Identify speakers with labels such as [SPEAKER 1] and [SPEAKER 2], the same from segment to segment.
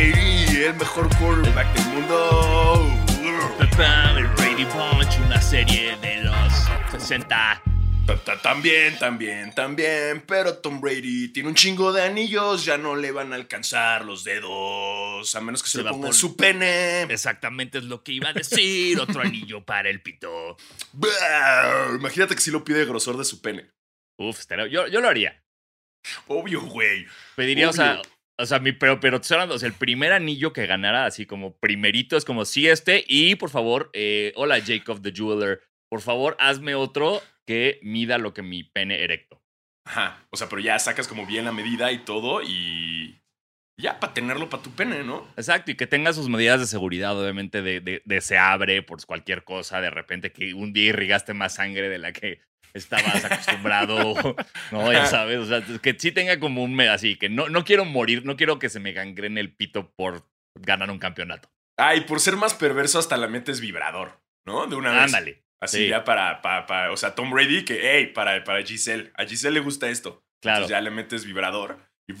[SPEAKER 1] el mejor quarterback del mundo.
[SPEAKER 2] Papá de Brady Bunch, una serie de los 60.
[SPEAKER 1] Ta- ta- También, también, también. Pero Tom Brady tiene un chingo de anillos. Ya no le van a alcanzar los dedos. A menos que
[SPEAKER 2] Se
[SPEAKER 1] se, le
[SPEAKER 2] va
[SPEAKER 1] ponga en
[SPEAKER 2] por-
[SPEAKER 1] su pene.
[SPEAKER 2] Exactamente es lo que iba a decir. Otro anillo para el pito.
[SPEAKER 1] Bah, Imagínate que si lo pide el grosor de su pene.
[SPEAKER 2] Uf, estaría- yo, yo lo haría.
[SPEAKER 1] Obvio, güey.
[SPEAKER 2] Pediría, o sea,
[SPEAKER 1] Obvio.
[SPEAKER 2] o sea, mi, pero, pero te estoy hablando, o sea, el primer anillo que ganara, así como primerito, es como sí, este. Y por favor, eh, hola Jacob the Jeweler, por favor, hazme otro que mida lo que mi pene erecto.
[SPEAKER 1] Ajá. O sea, pero ya sacas como bien la medida y todo y. Ya, para tenerlo para tu pene, ¿no?
[SPEAKER 2] Exacto, y que tenga sus medidas de seguridad, obviamente, de, de- de se abre por cualquier cosa, de repente que un día irrigaste más sangre de la que estabas acostumbrado, ¿no? Ya sabes, o sea, que sí tenga como un me así, que no, no quiero morir, no quiero que se me gangrene el pito por ganar un campeonato.
[SPEAKER 1] Ay, por ser más perverso, hasta la metes vibrador, ¿no? De una vez.
[SPEAKER 2] Ándale.
[SPEAKER 1] Así
[SPEAKER 2] sí.
[SPEAKER 1] ya para, para, para- O sea, Tom Brady, que, hey, para, para Giselle. A Giselle le gusta esto.
[SPEAKER 2] Claro.
[SPEAKER 1] Entonces ya le metes vibrador. Y.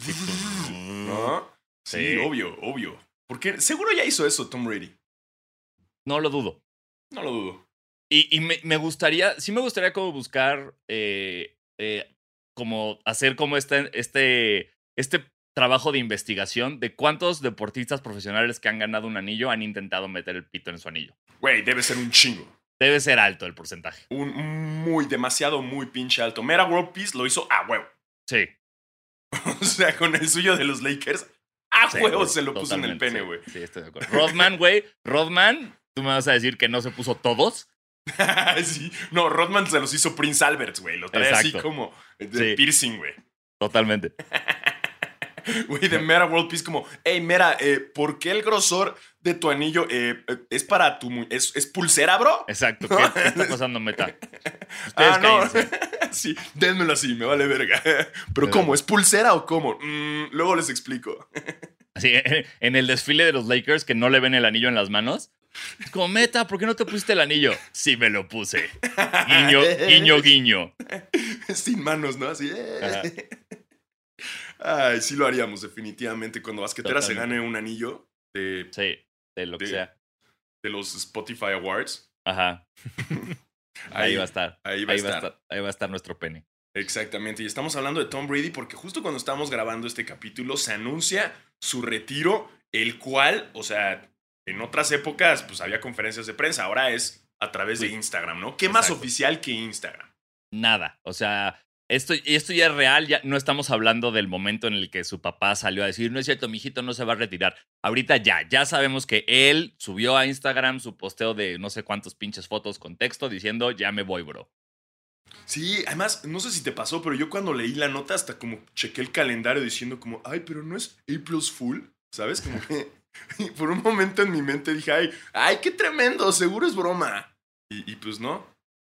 [SPEAKER 1] ¿No? Sí,
[SPEAKER 2] Sí.
[SPEAKER 1] obvio, obvio. Porque seguro ya hizo eso Tom Brady.
[SPEAKER 2] No lo dudo.
[SPEAKER 1] No lo dudo.
[SPEAKER 2] Y, y me, me gustaría, sí me gustaría como buscar, eh, eh, como hacer como este, este, este trabajo de investigación de cuántos deportistas profesionales que han ganado un anillo han intentado meter el pito en su anillo.
[SPEAKER 1] Güey, debe ser un chingo.
[SPEAKER 2] Debe ser alto el porcentaje.
[SPEAKER 1] Un muy, demasiado, muy pinche alto. Mera World Peace lo hizo a huevo.
[SPEAKER 2] Sí.
[SPEAKER 1] O sea, con el suyo de los Lakers, a huevo se lo puso en el
[SPEAKER 2] totalmente,
[SPEAKER 1] pene,
[SPEAKER 2] sí,
[SPEAKER 1] güey.
[SPEAKER 2] Sí, estoy de acuerdo. Rodman, güey. Rodman, tú me vas a decir que no se puso todos.
[SPEAKER 1] Ah, Sí. No, Rodman se los hizo Prince Albert, güey. Lo trae así
[SPEAKER 2] Exacto.
[SPEAKER 1] como de
[SPEAKER 2] Sí.
[SPEAKER 1] piercing, güey.
[SPEAKER 2] Totalmente.
[SPEAKER 1] Güey, de Mera World Peace, como, hey, Mera, eh, ¿por qué el grosor de tu anillo eh, eh, es para tu. mu- ¿Es, es pulsera, bro?
[SPEAKER 2] Exacto. ¿Qué, qué está pasando, meta? Ustedes
[SPEAKER 1] Ah, no.
[SPEAKER 2] cállense.
[SPEAKER 1] sí, dénmelo así, me vale verga. Pero, ¿cómo? ¿Es pulsera o cómo? Mm, luego les explico.
[SPEAKER 2] Así, en el desfile de los Lakers que no le ven el anillo en las manos. Es como, Meta, ¿por qué no te pusiste el anillo? Sí, me lo puse. Guiño, guiño, guiño.
[SPEAKER 1] Sin manos, ¿no? Así. eh.
[SPEAKER 2] Ajá.
[SPEAKER 1] Ay, sí lo haríamos, definitivamente. Cuando Basquetera se
[SPEAKER 2] Totalmente.
[SPEAKER 1] gane un anillo de,
[SPEAKER 2] Sí, de lo que
[SPEAKER 1] Sí.
[SPEAKER 2] sea.
[SPEAKER 1] de los Spotify Awards.
[SPEAKER 2] Ajá. Ahí, va a estar.
[SPEAKER 1] ahí va a estar.
[SPEAKER 2] Ahí va a estar nuestro pene.
[SPEAKER 1] Exactamente, y estamos hablando de Tom Brady porque justo cuando estamos grabando este capítulo se anuncia su retiro, el cual, o sea, en otras épocas pues había conferencias de prensa, ahora es a través de
[SPEAKER 2] Sí.
[SPEAKER 1] Instagram, ¿no? ¿Qué más
[SPEAKER 2] Exacto.
[SPEAKER 1] oficial que Instagram?
[SPEAKER 2] Nada. O sea, esto, esto ya es real. Ya no estamos hablando del momento en el que su papá salió a decir, no es cierto, mijito, no se va a retirar. Ahorita ya, ya sabemos que él subió a Instagram su posteo de no sé cuántos pinches fotos con texto diciendo, ya me voy, bro.
[SPEAKER 1] Sí, además, no sé si te pasó, pero yo cuando leí la nota hasta como chequé el calendario diciendo como, ay, pero no es April's Full, ¿sabes? Como que y por un momento en mi mente dije, ay, ay, qué tremendo, seguro es broma. Y, y pues no.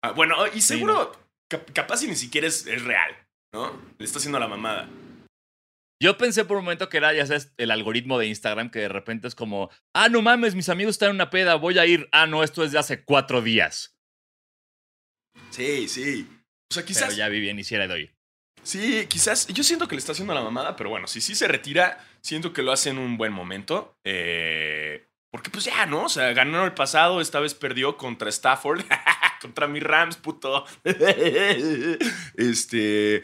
[SPEAKER 1] Ah, bueno,
[SPEAKER 2] Sí,
[SPEAKER 1] y seguro, cap- capaz y ni siquiera es, es real, ¿no? Le está haciendo la mamada.
[SPEAKER 2] Yo pensé por un momento que era, ya sabes, el algoritmo de Instagram que de repente es como, ah, no mames, mis amigos están en una peda, voy a ir. Ah, no, esto es de hace cuatro días.
[SPEAKER 1] Sí, sí. O sea,
[SPEAKER 2] Pero
[SPEAKER 1] quizás...
[SPEAKER 2] ya vi bien y si era de hoy.
[SPEAKER 1] Sí, quizás. Yo siento que le está haciendo la mamada, pero bueno, si sí se retira, siento que lo hace en un buen momento. Eh, porque pues ya, ¿no? O sea, ganó el pasado, esta vez perdió contra Stafford, contra mis Rams, puto. este.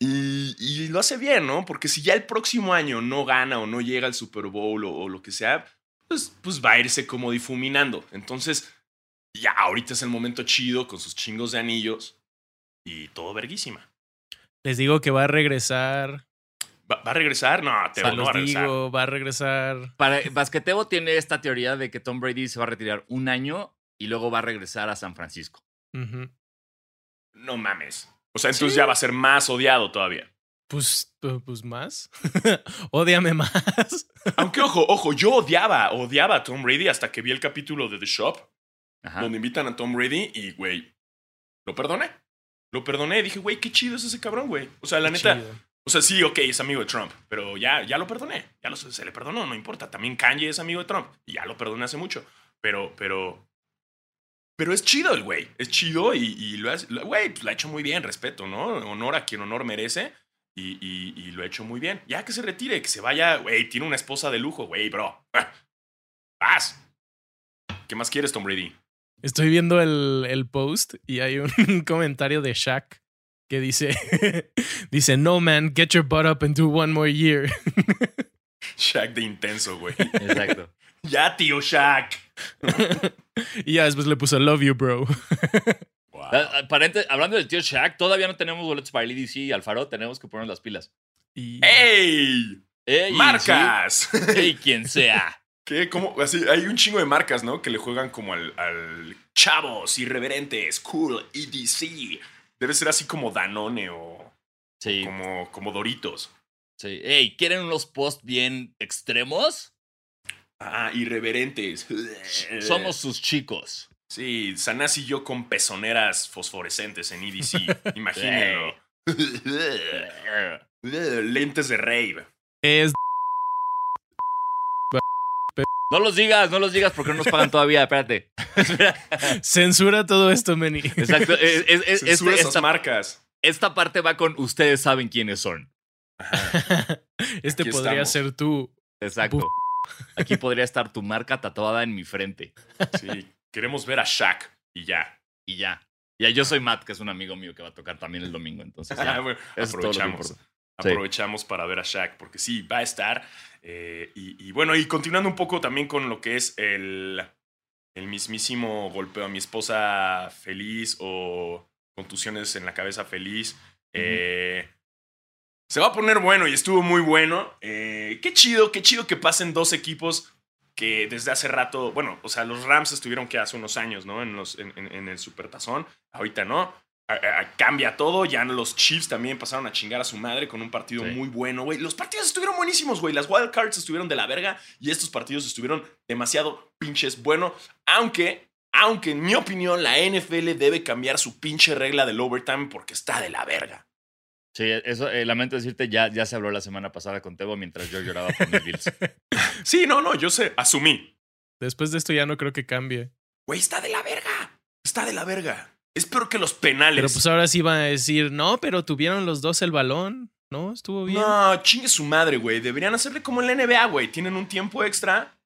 [SPEAKER 1] Y, y lo hace bien, ¿no? Porque si ya el próximo año no gana o no llega al Super Bowl o, o lo que sea, pues, pues va a irse como difuminando. Entonces, ya ahorita es el momento chido con sus chingos de anillos y todo verguísima.
[SPEAKER 3] Les digo que va a regresar.
[SPEAKER 1] ¿Va, va a regresar? No, te no
[SPEAKER 3] se
[SPEAKER 1] va a
[SPEAKER 3] los
[SPEAKER 1] regresar.
[SPEAKER 3] digo, va a regresar.
[SPEAKER 2] Para, Basquetebo tiene esta teoría de que Tom Brady se va a retirar un año y luego va a regresar a San Francisco.
[SPEAKER 3] Ujú.
[SPEAKER 1] No mames. O sea, entonces ya va a ser más odiado todavía.
[SPEAKER 3] Pues, pu- pues más. Ódiame más.
[SPEAKER 1] Aunque, ojo, ojo, yo odiaba, odiaba a Tom Brady hasta que vi el capítulo de The Shop,
[SPEAKER 3] Ah.
[SPEAKER 2] Ajá.
[SPEAKER 1] donde invitan a Tom Brady y, güey, lo perdoné. Lo perdoné. Dije, güey, qué chido es ese cabrón, güey. O sea, la
[SPEAKER 3] Qué
[SPEAKER 1] neta,
[SPEAKER 3] chido.
[SPEAKER 1] o sea, sí, ok, es amigo de Trump, pero ya, ya lo perdoné. Ya lo- se le perdonó, no importa. También Kanye es amigo de Trump. Y ya lo perdoné hace mucho. Pero, pero. Pero es chido el güey. Es chido y, y lo hace. lo- Güey, pues lo ha hecho muy bien, respeto, ¿no? Honor a quien honor merece. y, y- y lo ha hecho muy bien. Ya que se retire, que se vaya, güey, tiene una esposa de lujo, güey, bro. Paz. ¿Qué más quieres, Tom Brady?
[SPEAKER 3] Estoy viendo el, el post y hay un comentario de Shaq que dice, dice, no man, get your butt up and do one more year.
[SPEAKER 1] Shaq de intenso, güey.
[SPEAKER 2] Exacto.
[SPEAKER 1] ya, tío Shaq.
[SPEAKER 3] Y ya después le puso, love you, bro.
[SPEAKER 1] Wow.
[SPEAKER 2] Ah, ah, paréntesis, hablando del tío Shaq, todavía no tenemos boletos para el IDC y Alfaro, tenemos que ponernos las pilas.
[SPEAKER 3] Y
[SPEAKER 1] Eh. ¡Ey!
[SPEAKER 2] Ey,
[SPEAKER 1] ¡Marcas!
[SPEAKER 2] sí, ey, quien sea.
[SPEAKER 1] ¿Qué? ¿Cómo? Así, hay un chingo de marcas, ¿no? Que le juegan como al, al chavos, irreverentes, cool, EDC. Debe ser así como Danone o
[SPEAKER 2] Sí,
[SPEAKER 1] como, como Doritos.
[SPEAKER 2] sí. Ey, ¿quieren unos posts bien extremos?
[SPEAKER 1] Ah, irreverentes.
[SPEAKER 2] Somos sus chicos.
[SPEAKER 1] Sí, Sanás y yo con pezoneras fosforescentes en EDC. Imagínenlo. Lentes de rave.
[SPEAKER 3] es
[SPEAKER 2] No los digas, no los digas porque no nos pagan todavía, espérate.
[SPEAKER 3] censura todo esto, Meni.
[SPEAKER 2] Exacto. es- es- es- este-
[SPEAKER 1] Censura esas
[SPEAKER 2] esta,
[SPEAKER 1] marcas.
[SPEAKER 2] esta parte va con ustedes saben quiénes son.
[SPEAKER 3] Este
[SPEAKER 1] Aquí
[SPEAKER 3] podría
[SPEAKER 1] estamos.
[SPEAKER 3] ser tú.
[SPEAKER 2] Exacto. Aquí podría estar tu marca tatuada en mi frente.
[SPEAKER 1] Sí, queremos ver a Shaq y ya.
[SPEAKER 2] Y ya. Ya, yo soy Matt, que es un amigo mío que va a tocar también el domingo. Entonces, ya.
[SPEAKER 1] Ah, Bueno,
[SPEAKER 2] Eso es todo lo que
[SPEAKER 1] aprovechamos.
[SPEAKER 2] importa. Sí.
[SPEAKER 1] aprovechamos para ver a Shaq, porque sí, va a estar. eh, y, y bueno, y continuando un poco también con lo que es el, el mismísimo golpeo a mi esposa feliz o contusiones en la cabeza feliz. eh, se va a poner bueno y estuvo muy bueno. Eh, qué chido, qué chido que pasen dos equipos que desde hace rato, bueno, o sea, los Rams estuvieron que hace unos años, ¿no? En, los, en, en- en el Supertazón, ahorita no. A- a- cambia todo. Ya los Chiefs también pasaron a chingar a su madre con un partido
[SPEAKER 2] Sí.
[SPEAKER 1] muy bueno, güey. Los partidos estuvieron buenísimos, güey. Las wild cards estuvieron de la verga y estos partidos estuvieron demasiado pinches bueno. Aunque, aunque en mi opinión, la NFL debe cambiar su pinche regla del overtime porque está de la verga.
[SPEAKER 2] Sí, eso, eh, lamento decirte, ya, ya se habló la semana pasada con Tebo mientras yo lloraba por mis Bills.
[SPEAKER 1] Sí, no, no, yo sé, asumí.
[SPEAKER 3] Después de esto ya no creo que cambie.
[SPEAKER 1] Güey, está de la verga. Está de la verga. Es peor que los penales.
[SPEAKER 3] Pero pues ahora sí va a decir, no, pero tuvieron los dos el balón. No, estuvo bien.
[SPEAKER 1] No, chingue su madre, güey. Deberían hacerle como en la NBA, güey. Tienen un tiempo extra.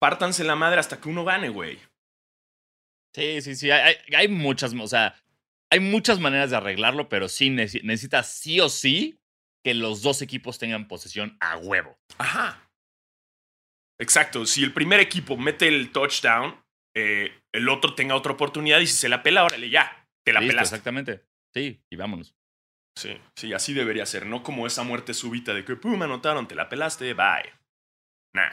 [SPEAKER 1] Pártanse la madre hasta que uno gane, güey.
[SPEAKER 2] Sí, sí, sí. Hay, hay- hay muchas, o sea, hay muchas maneras de arreglarlo, pero sí neci- necesitas sí o sí que los dos equipos tengan posesión a huevo.
[SPEAKER 1] Ajá. Exacto. Si el primer equipo mete el touchdown, eh, el otro tenga otra oportunidad y si se la pela, órale, ya. Te la
[SPEAKER 2] Listo,
[SPEAKER 1] pelas.
[SPEAKER 2] exactamente. Sí, y vámonos.
[SPEAKER 1] Sí, sí, así debería ser. No como esa muerte súbita de que, pum, anotaron, te la pelaste, bye. Nah.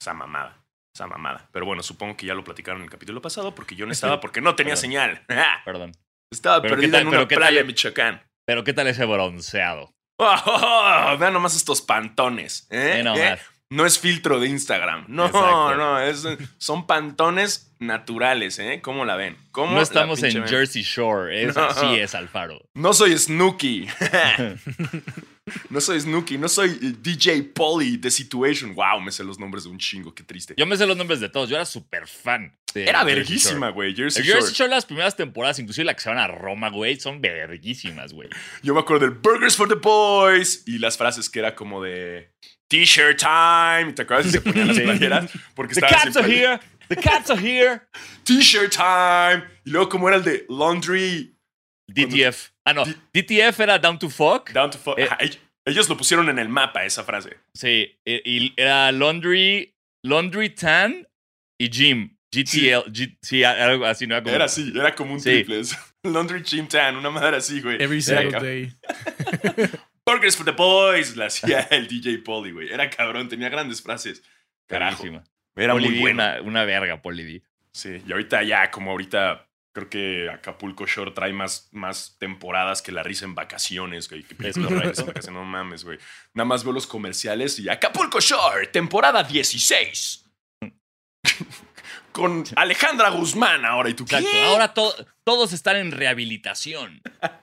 [SPEAKER 1] Esa mamada. Esa mamada. Pero bueno, supongo que ya lo platicaron en el capítulo pasado porque yo no estaba porque no tenía
[SPEAKER 2] Perdón.
[SPEAKER 1] señal.
[SPEAKER 2] Perdón.
[SPEAKER 1] estaba
[SPEAKER 2] Pero qué
[SPEAKER 1] perdida
[SPEAKER 2] tal-
[SPEAKER 1] en
[SPEAKER 2] pero
[SPEAKER 1] una
[SPEAKER 2] qué tal
[SPEAKER 1] playa
[SPEAKER 2] el-
[SPEAKER 1] en Michoacán.
[SPEAKER 2] Pero ¿qué tal ese bronceado?
[SPEAKER 1] Oh, oh, oh, vean nomás estos pantones. ¿eh?
[SPEAKER 2] Eh, no
[SPEAKER 1] ¿Eh?
[SPEAKER 2] más.
[SPEAKER 1] No es filtro de Instagram. No,
[SPEAKER 2] Exacto.
[SPEAKER 1] no, es- son pantones naturales, ¿eh? ¿Cómo la ven? ¿Cómo
[SPEAKER 2] No
[SPEAKER 1] la
[SPEAKER 2] estamos
[SPEAKER 1] pinche
[SPEAKER 2] en
[SPEAKER 1] ven?
[SPEAKER 2] Jersey Shore. Es,
[SPEAKER 1] No.
[SPEAKER 2] Así es, Alfaro.
[SPEAKER 1] No soy Snooki. no soy Snooki. No soy eh, DJ Polly de Situation. Wow, me sé los nombres de un chingo. Qué triste.
[SPEAKER 2] Yo me sé los nombres de todos. Yo era súper fan. de
[SPEAKER 1] Era
[SPEAKER 2] Jersey
[SPEAKER 1] verguísima,
[SPEAKER 2] Shore.
[SPEAKER 1] güey.
[SPEAKER 2] El
[SPEAKER 1] Jersey
[SPEAKER 2] Jersey
[SPEAKER 1] Shore.
[SPEAKER 2] Shore, las primeras temporadas, inclusive la que se van a Roma, güey, son verguísimas, güey.
[SPEAKER 1] Yo me acuerdo del Burgers for the Boys y las frases que era como de T-shirt time. ¿Te acuerdas? Y se ponían las
[SPEAKER 2] Sí.
[SPEAKER 1] playeras porque
[SPEAKER 2] The
[SPEAKER 1] estaban sin
[SPEAKER 2] cats are
[SPEAKER 1] playera.
[SPEAKER 2] here. The cats are here.
[SPEAKER 1] T-shirt time. Y luego, como era el de laundry,
[SPEAKER 2] DTF. Ah, no. DTF era Down to Fuck.
[SPEAKER 1] down to fuck.
[SPEAKER 2] Eh.
[SPEAKER 1] Ajá, ell- ellos lo pusieron en el mapa, esa frase.
[SPEAKER 2] Sí, e- y era Laundry, Laundry Tan y Jim. GTL, G- sí, algo así, ¿no? Era como-
[SPEAKER 1] Era así, era como un
[SPEAKER 2] Sí.
[SPEAKER 1] triple. eso. Laundry Chim Tan, una madre así, güey.
[SPEAKER 3] Every
[SPEAKER 1] Era
[SPEAKER 3] single
[SPEAKER 1] cab-
[SPEAKER 3] day.
[SPEAKER 1] Burgers for the boys, la hacía el DJ Polly, güey. Era cabrón, tenía grandes frases. Carajo.
[SPEAKER 2] Buenísima.
[SPEAKER 1] Era
[SPEAKER 2] Poli
[SPEAKER 1] muy
[SPEAKER 2] D,
[SPEAKER 1] buena.
[SPEAKER 2] Una, una verga, Polidi.
[SPEAKER 1] Sí, y ahorita ya, como ahorita, creo que Acapulco Shore trae más, más temporadas que la risa en vacaciones, güey. Que películas
[SPEAKER 2] correcto.
[SPEAKER 1] traes en vacaciones, no mames, güey. Nada más veo los comerciales y Acapulco Shore, temporada 16. Con Alejandra Guzmán ahora y tú
[SPEAKER 2] Exacto.
[SPEAKER 1] ¿qué?
[SPEAKER 2] Ahora to- todos están en rehabilitación.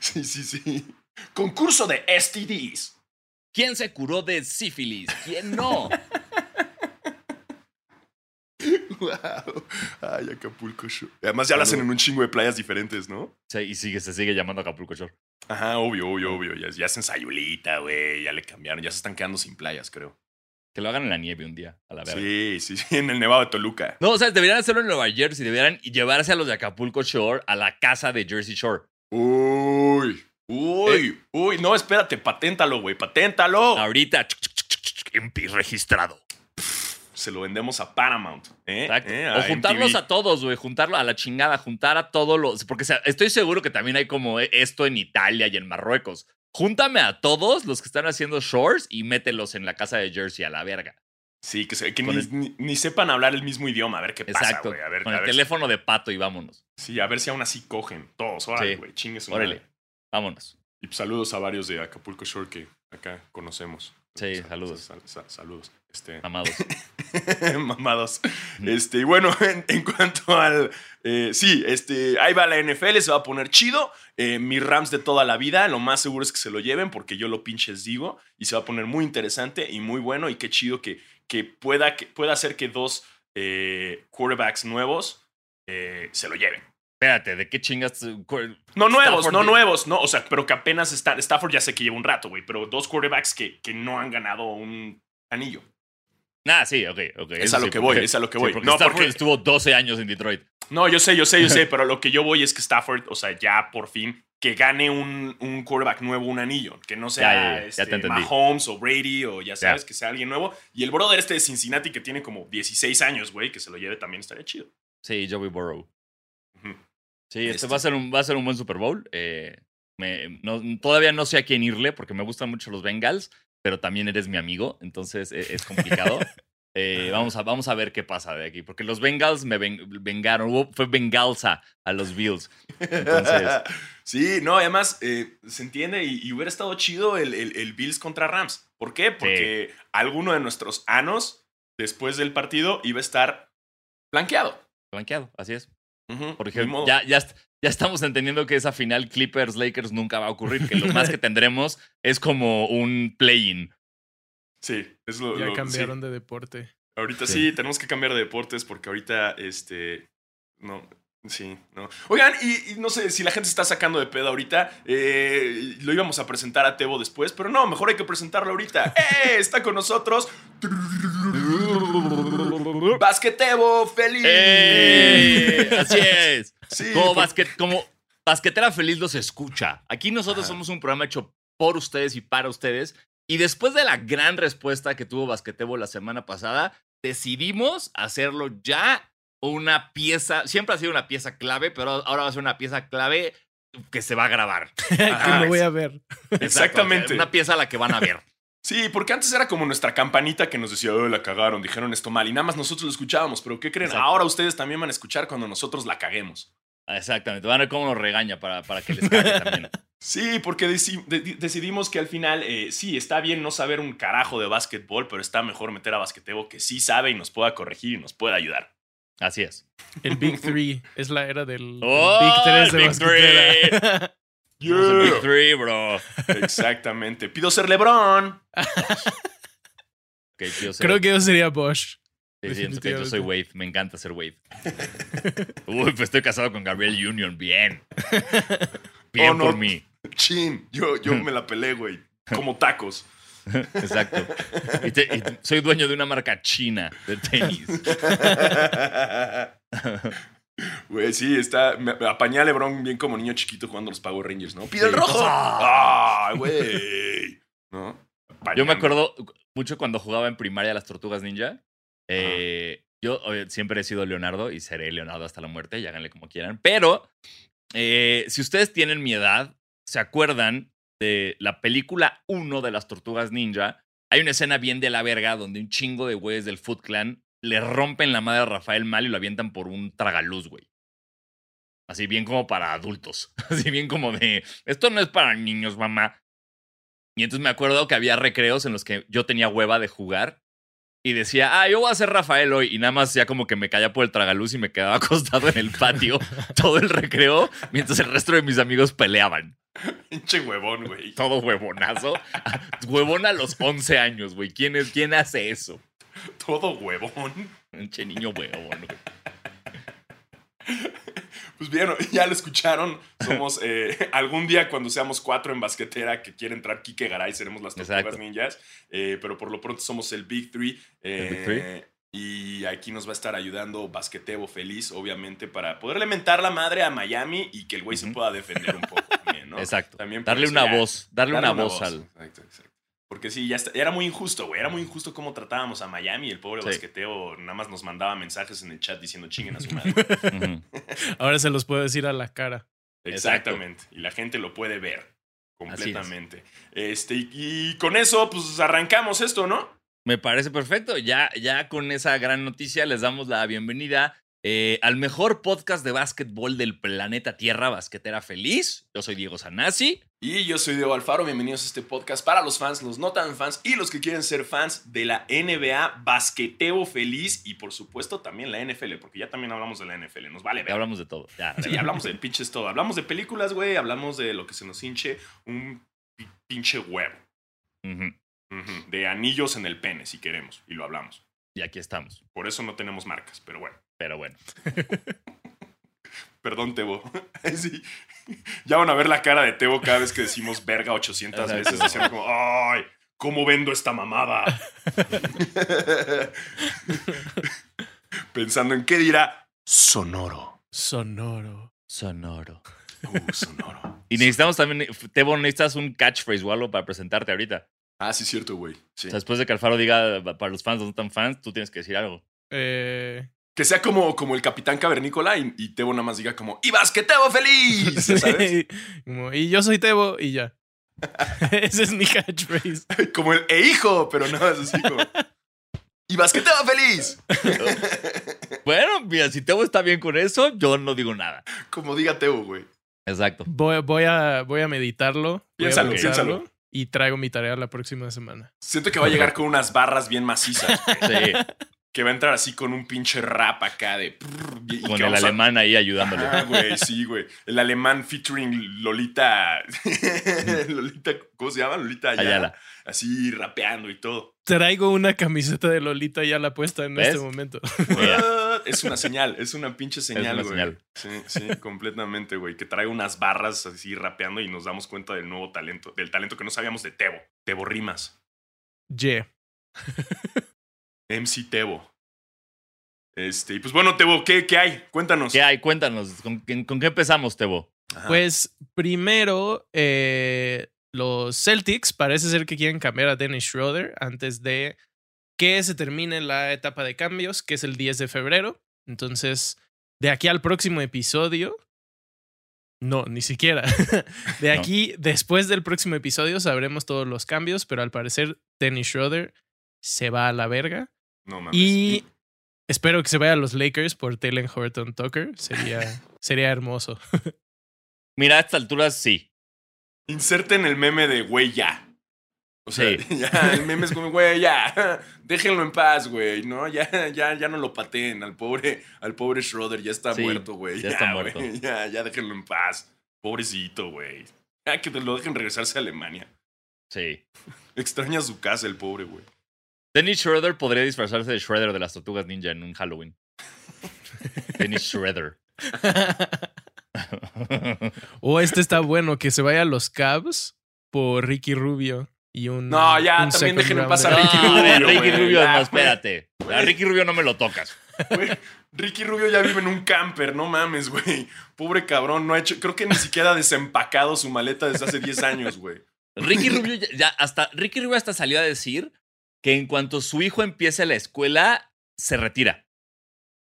[SPEAKER 1] Sí, sí, sí. Concurso de STDs.
[SPEAKER 2] ¿Quién se curó de sífilis? ¿Quién no?
[SPEAKER 1] Wow. Ay, Acapulco Shore. Además ya la hacen en un chingo de playas diferentes, ¿no?
[SPEAKER 2] Sí, y sigue, se sigue llamando Acapulco Shore.
[SPEAKER 1] Ajá, obvio, obvio, obvio. Ya, ya es ensayulita, güey. Ya le cambiaron. Ya se están quedando sin playas, creo.
[SPEAKER 2] Que lo hagan en la nieve un día, a la verga.
[SPEAKER 1] Sí, sí, sí, en el Nevado de Toluca.
[SPEAKER 2] No, o sea, deberían hacerlo en Nueva Jersey, deberían llevarse a los de Acapulco Shore a la casa de Jersey Shore.
[SPEAKER 1] Uy, uy, uy. No, espérate, paténtalo, güey, paténtalo.
[SPEAKER 2] Ahorita, Oh. chuc, chuc, chuc, chuc, chuc, en pi registrado.
[SPEAKER 1] Se lo vendemos a Paramount. ¿eh?
[SPEAKER 2] Exacto.
[SPEAKER 1] ¿Eh?
[SPEAKER 2] o juntarlos
[SPEAKER 1] MTV.
[SPEAKER 2] a todos, güey. Juntarlo a la chingada, juntar a todos los. Porque se- estoy seguro que también hay como e, esto en Italia y en Marruecos. Júntame a todos los que están haciendo shorts y mételos en la casa de Jersey a la verga.
[SPEAKER 1] Sí, que, se- que
[SPEAKER 2] Con
[SPEAKER 1] ni,
[SPEAKER 2] el-
[SPEAKER 1] ni- ni sepan hablar el mismo idioma. A ver qué pasa,
[SPEAKER 2] Exacto.
[SPEAKER 1] güey. A ver,
[SPEAKER 2] Con
[SPEAKER 1] a
[SPEAKER 2] el
[SPEAKER 1] ver si-
[SPEAKER 2] teléfono de pato y vámonos.
[SPEAKER 1] Sí, a ver si aún así cogen todos. Órale,
[SPEAKER 2] Sí.
[SPEAKER 1] güey, chingue su
[SPEAKER 2] Órale.
[SPEAKER 1] madre.
[SPEAKER 2] Vámonos.
[SPEAKER 1] Y pues, saludos a varios de Acapulco Shore que acá conocemos.
[SPEAKER 2] Sí,
[SPEAKER 1] Sal-
[SPEAKER 2] saludos.
[SPEAKER 1] sal- sal- saludos. Este,
[SPEAKER 2] Amados.
[SPEAKER 1] mamados.
[SPEAKER 2] Ujú.
[SPEAKER 1] Este, y bueno, en, en cuanto al. eh, sí, este, ahí va la NFL, se va a poner chido. Eh, mis Rams de toda la vida, lo más seguro es que se lo lleven porque yo lo pinches digo. Y se va a poner muy interesante y muy bueno. Y qué chido que, que, pueda, que pueda hacer que dos eh, quarterbacks nuevos eh, se lo lleven.
[SPEAKER 2] Espérate, ¿de qué chingas? cu-
[SPEAKER 1] No nuevos,
[SPEAKER 2] Stafford
[SPEAKER 1] no
[SPEAKER 2] ya-
[SPEAKER 1] nuevos, no, o sea, pero que apenas está, Stafford ya sé que lleva un rato, güey, pero dos quarterbacks que, que no han ganado un anillo.
[SPEAKER 2] Nah, sí, ok, ok.
[SPEAKER 1] Es
[SPEAKER 2] eso
[SPEAKER 1] a lo
[SPEAKER 2] sí,
[SPEAKER 1] que
[SPEAKER 2] porque-
[SPEAKER 1] voy, es a lo que
[SPEAKER 2] sí,
[SPEAKER 1] voy.
[SPEAKER 2] porque
[SPEAKER 1] no,
[SPEAKER 2] Stafford
[SPEAKER 1] porque,
[SPEAKER 2] estuvo 12 años en Detroit.
[SPEAKER 1] no, yo sé, yo sé, yo sé, pero lo que yo voy es que Stafford, o sea, ya por fin, que gane un, un quarterback nuevo, un anillo, que no
[SPEAKER 2] Ya,
[SPEAKER 1] sea
[SPEAKER 2] ya, ya, ya
[SPEAKER 1] este,
[SPEAKER 2] te entendí.
[SPEAKER 1] Mahomes o Brady o ya sabes, que sea alguien nuevo. Y el brother este de Cincinnati que tiene como 16 años, güey, que se lo lleve también estaría chido.
[SPEAKER 2] Sí, Joey Burrow.
[SPEAKER 1] Ujú.
[SPEAKER 2] Sí, este
[SPEAKER 1] Este.
[SPEAKER 2] va a ser un, va a ser un buen Super Bowl. Eh, me- no- todavía no sé a quién irle porque me gustan mucho los Bengals, pero también eres mi amigo, entonces e- es, complicado. Eh, vamos, a, vamos a ver qué pasa de aquí, porque los Bengals me ven- vengaron, hubo- fue venganza a los Bills. Entonces,
[SPEAKER 1] sí, no, además eh, se entiende y, y hubiera estado chido el, el- el Bills contra Rams. ¿Por qué? Porque alguno de nuestros anos, después del partido, iba a estar blanqueado.
[SPEAKER 2] blanqueado, así es.
[SPEAKER 1] Ujú,
[SPEAKER 2] Por
[SPEAKER 1] ni
[SPEAKER 2] ejemplo,
[SPEAKER 1] modo.
[SPEAKER 2] ya, ya, est- ya estamos entendiendo que esa final Clippers-Lakers nunca va a ocurrir, que lo más que tendremos es como un play-in.
[SPEAKER 1] Sí, es lo,
[SPEAKER 3] Ya
[SPEAKER 1] lo-
[SPEAKER 3] cambiaron
[SPEAKER 1] sí.
[SPEAKER 3] de deporte.
[SPEAKER 1] Ahorita sí.
[SPEAKER 2] Sí.
[SPEAKER 1] tenemos que cambiar de deportes porque ahorita, este, no. Sí, no. Oigan, y, y no sé si la gente se está sacando de pedo ahorita. eh, lo íbamos a presentar a Tebo después, pero no, mejor hay que presentarlo ahorita. ¡Eh! Está con nosotros Basquetebo feliz.
[SPEAKER 2] ¡Ey! Así es.
[SPEAKER 1] Sí,
[SPEAKER 2] Como,
[SPEAKER 1] por-
[SPEAKER 2] basquet- como basquetera feliz los escucha. Aquí nosotros
[SPEAKER 1] Ajá.
[SPEAKER 2] somos un programa hecho por ustedes y para ustedes. Y después de la gran respuesta que tuvo Basquetebo la semana pasada, decidimos hacerlo ya una pieza. Siempre ha sido una pieza clave, pero ahora va a ser una pieza clave que se va a grabar.
[SPEAKER 1] Ah,
[SPEAKER 3] que me voy a ver.
[SPEAKER 2] Exacto,
[SPEAKER 1] Exactamente.
[SPEAKER 2] Una pieza a la que van a ver.
[SPEAKER 1] sí, porque antes era como nuestra campanita que nos decía, "Oh, la cagaron, dijeron esto mal. Y nada más nosotros lo escuchábamos, pero ¿qué creen?
[SPEAKER 2] Exacto.
[SPEAKER 1] Ahora ustedes también van a escuchar cuando nosotros la caguemos.
[SPEAKER 2] Exactamente. Van a ver cómo nos regaña para, para que les cague también.
[SPEAKER 1] Sí, porque deci- de- de- decidimos que al final, eh, sí, está bien no saber un carajo de básquetbol, pero está mejor meter a Basquetebo que sí sabe y nos pueda corregir y nos pueda ayudar.
[SPEAKER 2] Así es.
[SPEAKER 3] El Big Three es la era del del
[SPEAKER 2] Oh,
[SPEAKER 3] Big Tres
[SPEAKER 2] el
[SPEAKER 3] de
[SPEAKER 2] Big
[SPEAKER 3] basquetera.
[SPEAKER 2] Somos el Big Three, bro.
[SPEAKER 1] Exactamente. Pido ser Lebrón.
[SPEAKER 2] Ok, tío, se-
[SPEAKER 3] Creo que yo sería Bosch.
[SPEAKER 2] Sí, sí, entonces yo
[SPEAKER 3] Definitivamente.
[SPEAKER 2] soy Wave, me encanta ser Wave. Uy, pues estoy casado con Gabriel Union, bien. Bien
[SPEAKER 1] Oh, no.
[SPEAKER 2] por mí,
[SPEAKER 1] Chin, yo, yo me la pelé, güey. Como tacos.
[SPEAKER 2] exacto. Y te- y te- soy dueño de una marca china de tenis.
[SPEAKER 1] Güey, sí, está. Me, me apañé a LeBron bien como niño chiquito jugando a los Power Rangers, ¿no? ¡Pide el
[SPEAKER 2] Sí.
[SPEAKER 1] rojo!
[SPEAKER 2] Ah.
[SPEAKER 1] ¡Ah, güey! ¿No?
[SPEAKER 2] Yo me
[SPEAKER 1] Apañando.
[SPEAKER 2] acuerdo mucho cuando jugaba en primaria a las Tortugas Ninja. Eh, yo oye, siempre he sido Leonardo y seré Leonardo hasta la muerte, y háganle como quieran. Pero eh, si ustedes tienen mi edad, se acuerdan de la película 1 de las Tortugas Ninja. Hay una escena bien de la verga donde un chingo de güeyes del Foot Clan le rompen la madre a Rafael Mal y lo avientan por un tragaluz, güey. Así bien como para adultos. Así bien como de, esto no es para niños, mamá. Y entonces me acuerdo que había recreos en los que yo tenía hueva de jugar y decía, ah, yo voy a ser Rafael hoy. Y nada más ya como que me caía por el tragaluz y me quedaba acostado en el patio todo el recreo mientras el resto de mis amigos peleaban.
[SPEAKER 1] Pinche huevón, güey.
[SPEAKER 2] Todo huevonazo. Huevón a los 11 años, güey. ¿Quién, es, ¿Quién hace eso?
[SPEAKER 1] Todo huevón.
[SPEAKER 2] Pinche niño huevón, güey.
[SPEAKER 1] Pues vieron, ya lo escucharon. Somos eh, algún día cuando seamos cuatro en basquetera que quiere entrar Kike Garay, seremos las tortugas
[SPEAKER 2] Exacto.
[SPEAKER 1] ninjas. Eh, pero por lo pronto somos el Big Three. eh,
[SPEAKER 2] Big Three.
[SPEAKER 1] Y aquí nos va a estar ayudando Basquetebo Feliz, obviamente, para poderle mentar la madre a Miami y que el güey se
[SPEAKER 2] Ujú.
[SPEAKER 1] pueda defender un poco también, ¿no?
[SPEAKER 2] Exacto.
[SPEAKER 1] También por
[SPEAKER 2] darle
[SPEAKER 1] eso
[SPEAKER 2] una
[SPEAKER 1] ya-
[SPEAKER 2] voz, darle,
[SPEAKER 1] Darle
[SPEAKER 2] una, voz, al.
[SPEAKER 1] Exacto, exacto. Porque sí, ya está- era muy injusto, güey. Era muy injusto cómo tratábamos a Miami. El pobre
[SPEAKER 2] Sí.
[SPEAKER 1] basqueteo nada más nos mandaba mensajes en el chat diciendo chinguen a su madre.
[SPEAKER 2] Ujú.
[SPEAKER 3] Ahora se los puedo decir a la cara.
[SPEAKER 1] Exactamente. Y la gente lo puede ver completamente. Este, y, y con eso, pues arrancamos esto, ¿no?
[SPEAKER 2] Me parece perfecto. Ya, ya con esa gran noticia les damos la bienvenida eh, al mejor podcast de básquetbol del planeta Tierra, Basquetera Feliz. Yo soy Diego Sanasi.
[SPEAKER 1] Y yo soy Diego Alfaro, bienvenidos a este podcast para los fans, los no tan fans y los que quieren ser fans de la NBA Basqueteo Feliz y por supuesto también la NFL, porque ya también hablamos de la NFL, nos vale
[SPEAKER 2] Ya
[SPEAKER 1] ver.
[SPEAKER 2] hablamos de todo. Ya,
[SPEAKER 1] Sí,
[SPEAKER 2] ya.
[SPEAKER 1] hablamos de pinches todo. Hablamos de películas, güey. Hablamos de lo que se nos hinche un pi- pinche huevo.
[SPEAKER 2] Ujú.
[SPEAKER 1] Ujú, De anillos en el pene, si queremos. Y lo hablamos.
[SPEAKER 2] Y aquí estamos.
[SPEAKER 1] Por eso no tenemos marcas, pero bueno.
[SPEAKER 2] Pero bueno.
[SPEAKER 1] Perdón, Tebo. Sí. Ya van a ver la cara de Tebo cada vez que decimos verga 800
[SPEAKER 2] Exacto.
[SPEAKER 1] veces. Diciendo como, ¡ay! ¿Cómo vendo esta mamada? Pensando en qué dirá sonoro.
[SPEAKER 3] Sonoro.
[SPEAKER 2] Sonoro.
[SPEAKER 1] Uh, sonoro.
[SPEAKER 2] Y necesitamos también, Tebo, necesitas un catchphrase o algo para presentarte ahorita.
[SPEAKER 1] Ah, sí, cierto, güey. Sí.
[SPEAKER 2] O sea, después de que Alfaro diga para los fans, los no tan fans, tú tienes que decir algo.
[SPEAKER 3] Eh,
[SPEAKER 1] Que sea como, como el capitán cavernícola y, y Tebo nada más diga como ¡Y basqueteo feliz! ¿Sabes?
[SPEAKER 3] como, y yo soy Tebo y ya. Ese es mi catchphrase.
[SPEAKER 1] Como el ¡E hijo! Pero nada más así como ¡Y basqueteo feliz!
[SPEAKER 2] Bueno, mira, si Tebo está bien con eso, yo no digo nada.
[SPEAKER 1] Como diga Tebo, güey.
[SPEAKER 2] Exacto.
[SPEAKER 3] Voy, voy a, voy a meditarlo. voy a
[SPEAKER 1] Piénsalo,
[SPEAKER 3] pensarlo,
[SPEAKER 1] piénsalo.
[SPEAKER 3] Y traigo mi tarea la próxima semana.
[SPEAKER 1] Siento que va a llegar con unas barras bien macizas.
[SPEAKER 2] Sí,
[SPEAKER 1] güey. Que va a entrar así con un pinche rap acá de... prrr, y- y
[SPEAKER 2] con el
[SPEAKER 1] que vamos a-
[SPEAKER 2] alemán ahí ayudándole.
[SPEAKER 1] Ah, güey, sí, güey. El alemán featuring Lolita... Lolita... ¿Cómo se llama? Lolita Ayala.
[SPEAKER 2] Ayala.
[SPEAKER 1] Así rapeando y todo.
[SPEAKER 3] Traigo una camiseta de Lolita ya la puesta en
[SPEAKER 2] ¿Ves?
[SPEAKER 3] este momento.
[SPEAKER 2] Mira,
[SPEAKER 1] What? Ah, Es una señal, es una pinche señal,
[SPEAKER 2] una
[SPEAKER 1] güey.
[SPEAKER 2] señal.
[SPEAKER 1] Sí, sí, completamente, güey. Que trae unas barras así rapeando y nos damos cuenta del nuevo talento, del talento que no sabíamos de Tebo. Tebo Rimas,
[SPEAKER 3] Yeah.
[SPEAKER 1] MC Tebo. Este, y pues bueno, Tebo, ¿qué, qué hay? Cuéntanos.
[SPEAKER 2] ¿Qué hay? Cuéntanos, ¿con, quién- con qué empezamos, Tebo?
[SPEAKER 1] Ajá.
[SPEAKER 3] Pues primero, eh, los Celtics parece ser que quieren cambiar a Dennis Schroeder antes de que se termine la etapa de cambios, que es el 10 de febrero. Entonces, de aquí al próximo episodio. No, ni siquiera. De
[SPEAKER 2] No.
[SPEAKER 3] aquí, después del próximo episodio, sabremos todos los cambios, pero al parecer, Dennis Schroeder se va a la verga.
[SPEAKER 1] no mames.
[SPEAKER 3] Y espero que se vaya a los Lakers por Talen Horton Tucker. Sería, sería hermoso.
[SPEAKER 2] Mira, a estas alturas sí.
[SPEAKER 1] Inserten el meme de güey ya. O sea,
[SPEAKER 2] Sí.
[SPEAKER 1] ya, el meme es como, güey, ya, déjenlo en paz, güey, ¿no? Ya, ya, ya no lo pateen al pobre, al pobre Schroeder, ya está
[SPEAKER 2] Sí,
[SPEAKER 1] muerto, güey.
[SPEAKER 2] ya está muerto.
[SPEAKER 1] güey, ya, ya déjenlo en paz. Pobrecito, güey. Ya que te lo dejen regresarse a Alemania.
[SPEAKER 2] Sí.
[SPEAKER 1] Extraña su casa, el pobre, güey.
[SPEAKER 2] Dennis Schroeder podría disfrazarse de Shredder de las tortugas ninja en un Halloween. Dennis Shredder.
[SPEAKER 3] O este está bueno, que se vaya a los Cavs por Ricky Rubio y un.
[SPEAKER 1] No, ya,
[SPEAKER 3] un
[SPEAKER 1] también
[SPEAKER 3] second
[SPEAKER 1] dejen en
[SPEAKER 3] rounder.
[SPEAKER 1] paz a
[SPEAKER 2] No,
[SPEAKER 1] Ricky
[SPEAKER 2] a ver,
[SPEAKER 1] Rubio,
[SPEAKER 2] Ricky
[SPEAKER 1] güey.
[SPEAKER 2] Rubio,
[SPEAKER 1] Ya,
[SPEAKER 2] no, espérate. A Ricky Rubio no me lo tocas.
[SPEAKER 1] Güey, Ricky Rubio ya vive en un camper, no mames, güey. Pobre cabrón, no ha hecho, creo que ni siquiera ha desempacado su maleta desde hace 10 años, güey.
[SPEAKER 2] Ricky Rubio ya, ya hasta Ricky Rubio hasta salió a decir que en cuanto su hijo empiece la escuela se retira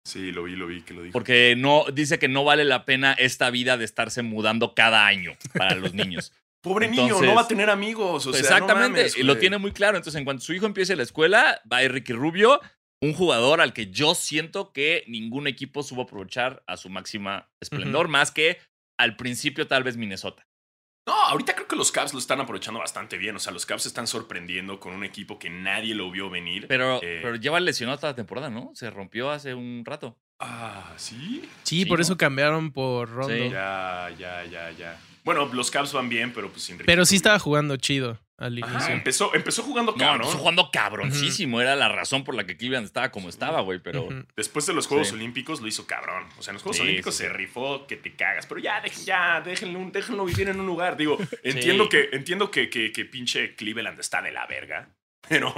[SPEAKER 1] Sí, lo vi, lo vi, que lo dijo.
[SPEAKER 2] porque no dice que no vale la pena esta vida de estarse mudando cada año para los niños.
[SPEAKER 1] Pobre niño,
[SPEAKER 2] Entonces-
[SPEAKER 1] no va a tener amigos. O sea, no
[SPEAKER 2] Exactamente,
[SPEAKER 1] mames,
[SPEAKER 2] y lo
[SPEAKER 1] güey.
[SPEAKER 2] tiene muy claro. Entonces, en cuanto su hijo empiece la escuela, va a ir Ricky Rubio, un jugador al que yo siento que ningún equipo supo aprovechar a su máxima esplendor más que al principio tal vez Minnesota.
[SPEAKER 1] No, ahorita creo que los Cavs lo están aprovechando bastante bien. O sea, los Cavs se están sorprendiendo con un equipo que nadie lo vio venir.
[SPEAKER 2] Pero,
[SPEAKER 1] Eh.
[SPEAKER 2] pero lleva lesionado toda la temporada, ¿no? Se rompió hace un rato.
[SPEAKER 1] Ah, ¿sí?
[SPEAKER 3] Sí,
[SPEAKER 2] Sí,
[SPEAKER 3] por
[SPEAKER 2] ¿no?
[SPEAKER 3] eso cambiaron por Rondo.
[SPEAKER 2] Sí.
[SPEAKER 1] Ya, ya, ya, ya. Bueno, los Cavs van bien, pero pues sin Ricky
[SPEAKER 3] Pero sí
[SPEAKER 1] Rubio.
[SPEAKER 3] estaba jugando chido. al
[SPEAKER 1] Ajá,
[SPEAKER 3] inicio.
[SPEAKER 1] empezó, empezó jugando
[SPEAKER 2] No,
[SPEAKER 1] cabrón.
[SPEAKER 2] empezó jugando cabroncísimo. Era la razón por la que Cleveland estaba como estaba, güey. Pero
[SPEAKER 3] Ujú.
[SPEAKER 1] Después de los Juegos
[SPEAKER 2] Sí.
[SPEAKER 1] Olímpicos lo hizo cabrón. O sea, en los Juegos
[SPEAKER 2] Sí,
[SPEAKER 1] Olímpicos
[SPEAKER 2] sí,
[SPEAKER 1] se rifó que te cagas. Pero ya, dejen- ya déjenlo, un- déjenlo vivir en un lugar. Digo, entiendo, que, entiendo que, que- que pinche Cleveland está de la verga. Pero,